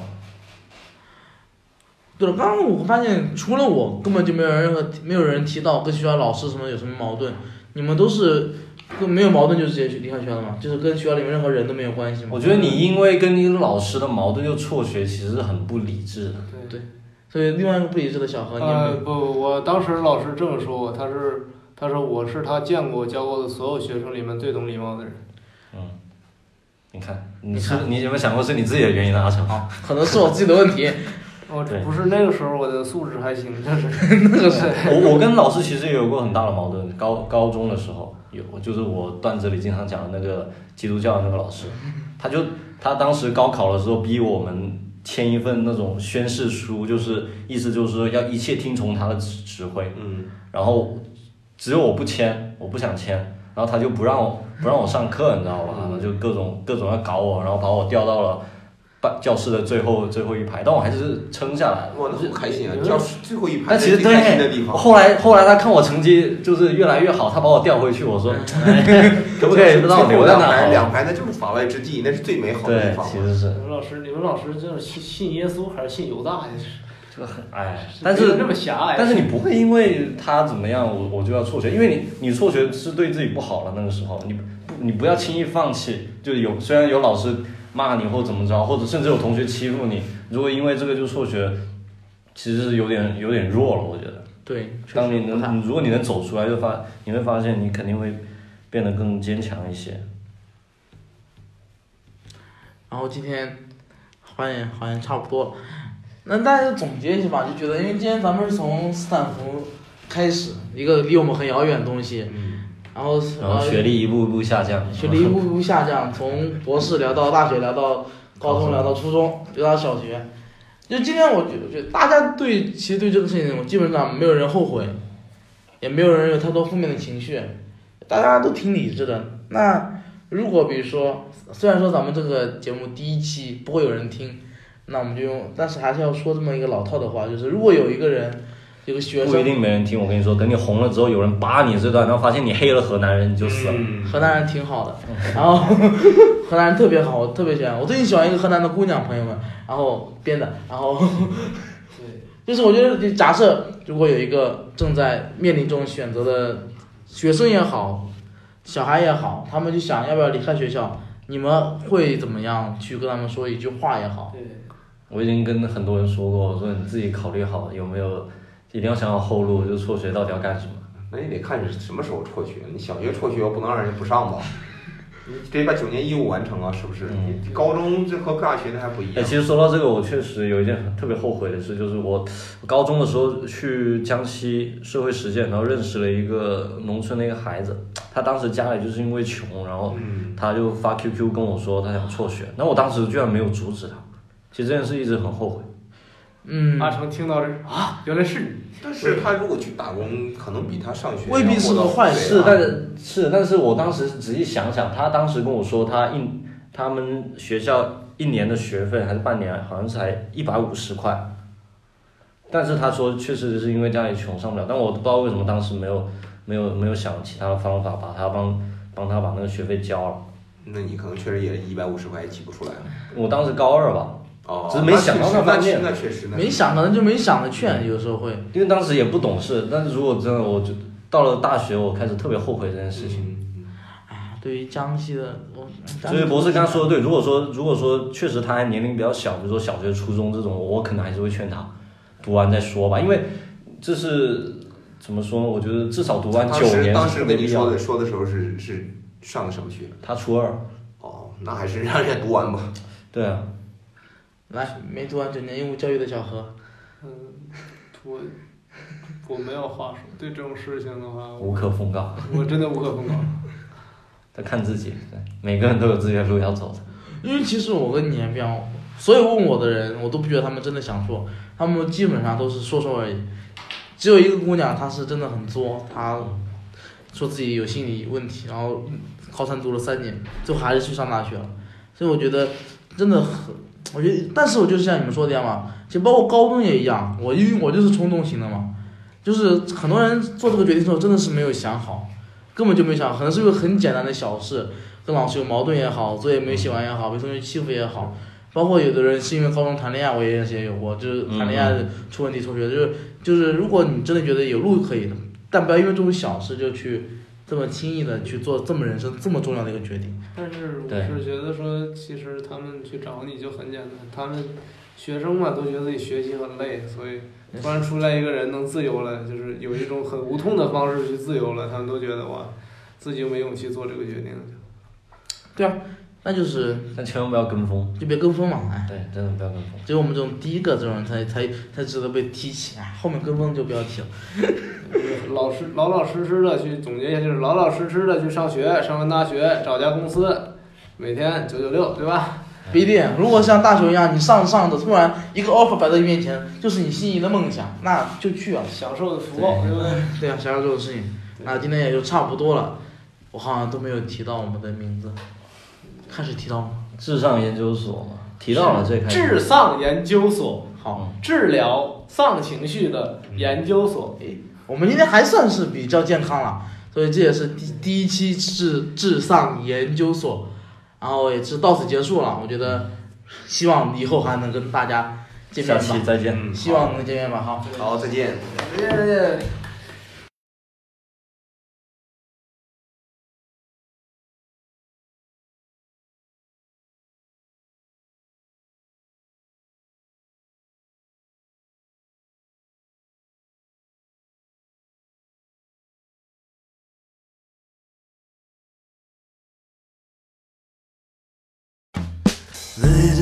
B: 对了，刚刚我发现除了我，根本就没有任何没有人提到跟学校老师什么有什么矛盾，你们都是跟没有矛盾就直接去离开学校了吗？就是跟学校里面任何人都没有关系吗？
D: 我觉得你因为跟你老师的矛盾就辍学，其实是很不理智的。
E: 对
B: 所以另外一个不理智的小何，你有没有
E: 呃，不，我当时老师这么说我，他是他说我是他见过教过的所有学生里面最懂礼貌的人。
D: 你看，你是你有没有想过是你自己的原因呢，阿成？
B: 可能是我自己的问题。 *laughs*
E: 我
D: 对
E: 哦不是那个时候我的素质还行，但是
D: *laughs*
B: 那个是
D: 我我跟老师其实也有过很大的矛盾，高高中的时候有，就是我段子里经常讲的那个基督教的那个老师，他就他当时高考的时候逼我们签一份那种宣誓书，就是意思就是说要一切听从他的指指挥，
C: 嗯，
D: 然后只有我不签，我不想签，然后他就不让我不让我上课，你知道吧？
C: 嗯
D: 然后就各种各种要搞我，然后把我调到了班教室的最后最后一排，但我还是撑下来了。
C: 哇，那好开心啊！
E: 有点
C: 教室最后一排
D: 但其实
C: 是最
D: 对
C: 开心的地，方， *laughs*
D: 后来后来他看我成绩就是越来越好，他把我调回
C: *laughs*
D: 去，我说、哎、可不可以让我留在
C: 两排
D: 那
C: 两
D: 好？
C: 排那就是法外之地，那是最美好的
D: 对
C: 地，方。
D: 其实是
E: 你们老师，你们老师这是信信耶稣还是信犹大呀？
D: 这个很哎，但
E: 没有
D: 是
E: 这么狭隘，
D: 但是你不会因为他怎么样，我我就要辍学，因为你你辍学是对自己不好了。那个时候你不你不要轻易放弃，就有虽然有老师骂你或怎么着，或者甚至有同学欺负你，如果因为这个就辍学，其实是有点有点弱了，我觉得。
B: 对，确实
D: 当你
B: 不太
D: 能，如果你能走出来，就发你会发现你肯定会变得更坚强一些。
B: 然后今天好像也好像差不多了，那大家就总结一下吧，就觉得因为今天咱们是从斯坦福开始，一个离我们很遥远的东西，然后
D: 嗯然后学历一步一步下降，
B: 啊
D: *laughs*
B: 学历一步一步下降，从博士聊到大学，聊到高中，聊到初中，聊到小学。就今天我觉我觉得大家对其实对这个事情，我基本上没有人后悔，也没有人有太多负面的情绪，大家都挺理智的。那如果比如说，虽然说咱们这个节目第一期不会有人听，那我们就用，但是还是要说这么一个老套的话，就是如果有一个人，有个学
D: 不一
B: 生，
D: 定没人听。我跟你说，等你红了之后，有人扒你这段，然后发现你黑了河南人，你就死了。
B: 河南人挺好的，然后 *laughs* 河南人特别好，我特别喜欢。我最近喜欢一个河南的姑娘，朋友们，然后编的，然后 *laughs* 就是我觉得，就假设如果有一个正在面临这种选择的学生也好，小孩也好，他们就想要不要离开学校，你们会怎么样去跟他们说一句话也好？
E: 对，
D: 我已经跟很多人说过，我说你自己考虑好有没有，一定要想好后路，就是辍学到底要干什么。
C: 那你得看你什么时候辍学。你小学辍学不能让人家不上吧？你得把九年义务完成啊，是不是？
D: 嗯
C: 你高中这和大学那还不一
D: 哎，
C: 样。
D: 其实说到这个，我确实有一件很特别后悔的事，就是我我高中的时候去江西社会实践，然后认识了一个农村的一个孩子，他当时家里就是因为穷，然后
C: 嗯，
D: 他就发 QQ 跟我说他想辍学，那我当时居然没有阻止他，其实这件事一直很后悔。
B: 嗯，
E: 阿成听到这啊，原来是你，
C: 但是他如果去打工，可能比他上学
B: 未必是个坏事
D: 是，
C: 但
D: 但是是，但是我当时仔细想想，他当时跟我说他一他们学校一年的学费还是半年，好像才一百五十块，但是他说确实是因为家里穷上不了，但我不知道为什么当时没有没有没有想其他的方法把他帮帮他把那个学费交了。
C: 那你可能确实也一百五十块也挤不出来。
D: 我当时高二吧，
C: 哦，
D: 嗯只是没想到
C: 那
D: 那方
C: 确实
D: 面
C: 那确实，那确实
B: 没想可能就没想着劝，有时候会。
D: 因为当时也不懂事，但是如果真的我就到了大学，我开始特别后悔这件事情。
C: 嗯
B: 哎对于江西的，我
D: 所以博士刚刚说的对，如果说如果说确实他还年龄比较小，比如说小学、初中这种，我可能还是会劝他读完再说吧，因为这是怎么说呢？我觉得至少读完
C: 当
D: 九
C: 时
D: 年
C: 当
D: 是
C: 时
D: 没
C: 跟你
D: 必
C: 说
D: 要的。
C: 的说的时候是是上的什么学？
D: 他初二，
C: 哦，那还是让人家读完吧。
D: 对啊，
B: 来没读完九年义务教育的小何。
E: 嗯，我我没有话说，对这种事情的话，
D: 无
E: 我
D: 可奉告，
E: 我真的无可奉告。
D: 他看自己，对，每个人都有自己的路要走的。
B: 因为其实我跟你也不一样，所有问我的人，我都不觉得他们真的想做，他们基本上都是说说而已。只有一个姑娘，她是真的很作，她说自己有心理问题，然后高三读了三年，最后还是去上大学了。所以我觉得真的很，我觉得，但是我就是像你们说的一样嘛，其实包括高中也一样，我因为我就是冲动型的嘛，就是很多人做这个决定的时候真的是没有想好，根本就没想好，可能是个很简单的小事，跟老师有矛盾也好，作业没写完也好，被同学欺负也好，包括有的人是因为高中谈恋爱，我也认识也有过，就是谈恋爱出问题辍学，就是就是如果你真的觉得有路可以的，但不要因为这种小事就去这么轻易的去做这么人生这么重要的一个决定。
E: *laughs* 但是我
D: 对
E: 是觉得说，其实他们去找你就很简单，他们学生嘛都觉得自己学习很累，所以突然出来一个人能自由了，就是有一种很无痛的方式去自由了，他们都觉得哇，自己没勇气做这个决定。
B: 啊那就是
D: 但千万不要跟风，
B: 就别跟风嘛，哎，
D: 对，真的不要跟风。
B: 只有我们这种第一个这种人才才才值得被提起，哎，后面跟风就不要提了。
E: 老实老老实实的去总结一下，就是老老实实的去上学，上完大学找家公司，每天九九六，对吧？
B: 不一定，如果像大学一样，你上着上着，突然一个 offer 摆在你面前，就是你心仪的梦想，那就去啊。
E: 享受的福报，对不对？
B: 对啊，想想这种事情，那今天也就差不多了。我好像都没有提到我们的名字，开始提到吗？
D: 至上研究所嘛，提到了最开始，
E: 至丧研究所，
B: 好，
D: 嗯
E: 治疗丧情绪的研究所。
D: 嗯
B: 我们今天还算是比较健康了，所以这也是第第一期至至上研究所，然后也是到此结束了。我觉得，希望以后还能跟大家见面
D: 下期
B: 吧，
D: 再见。
C: 嗯，
B: 希望能见面吧，好。
C: 好，再见。
E: 对对对。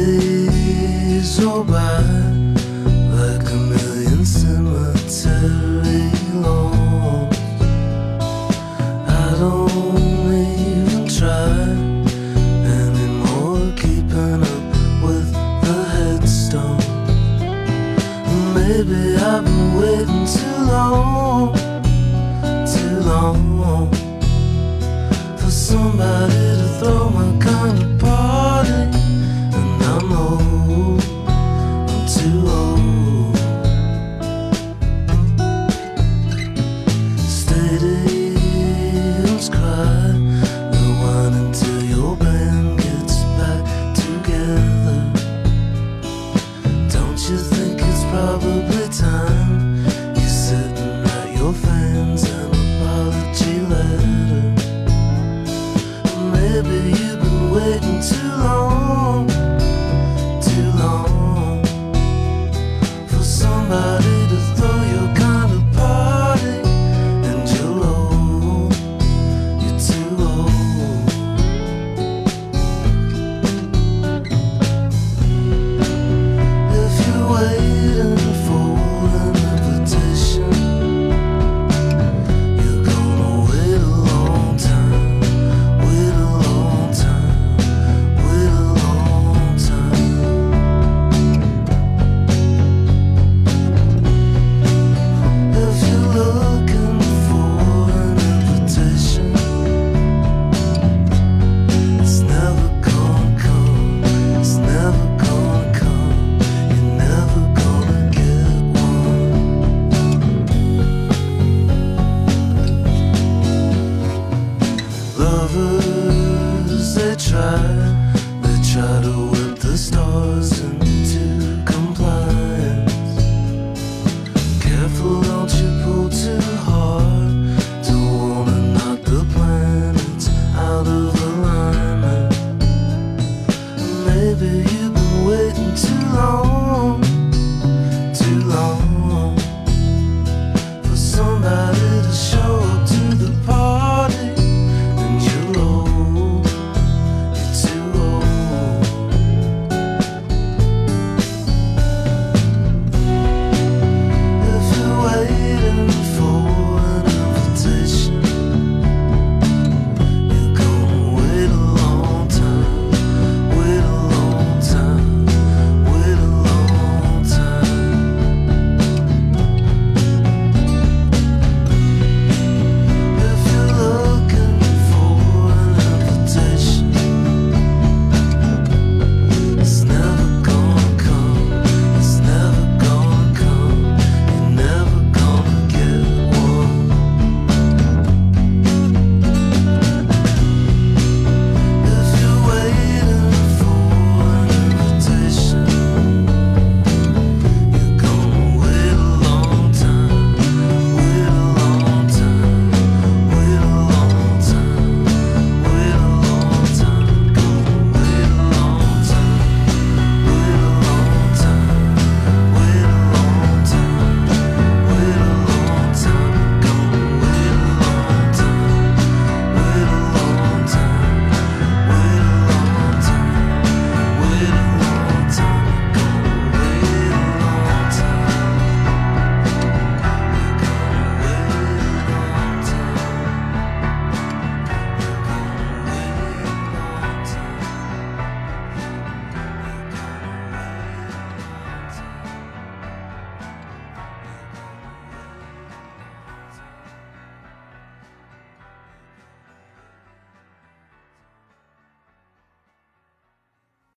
A: Ladies all by like a million cemetery lawns. I don't even try anymore keeping up with the headstone. Maybe I've been waiting too long, too long for somebody to throw my gun.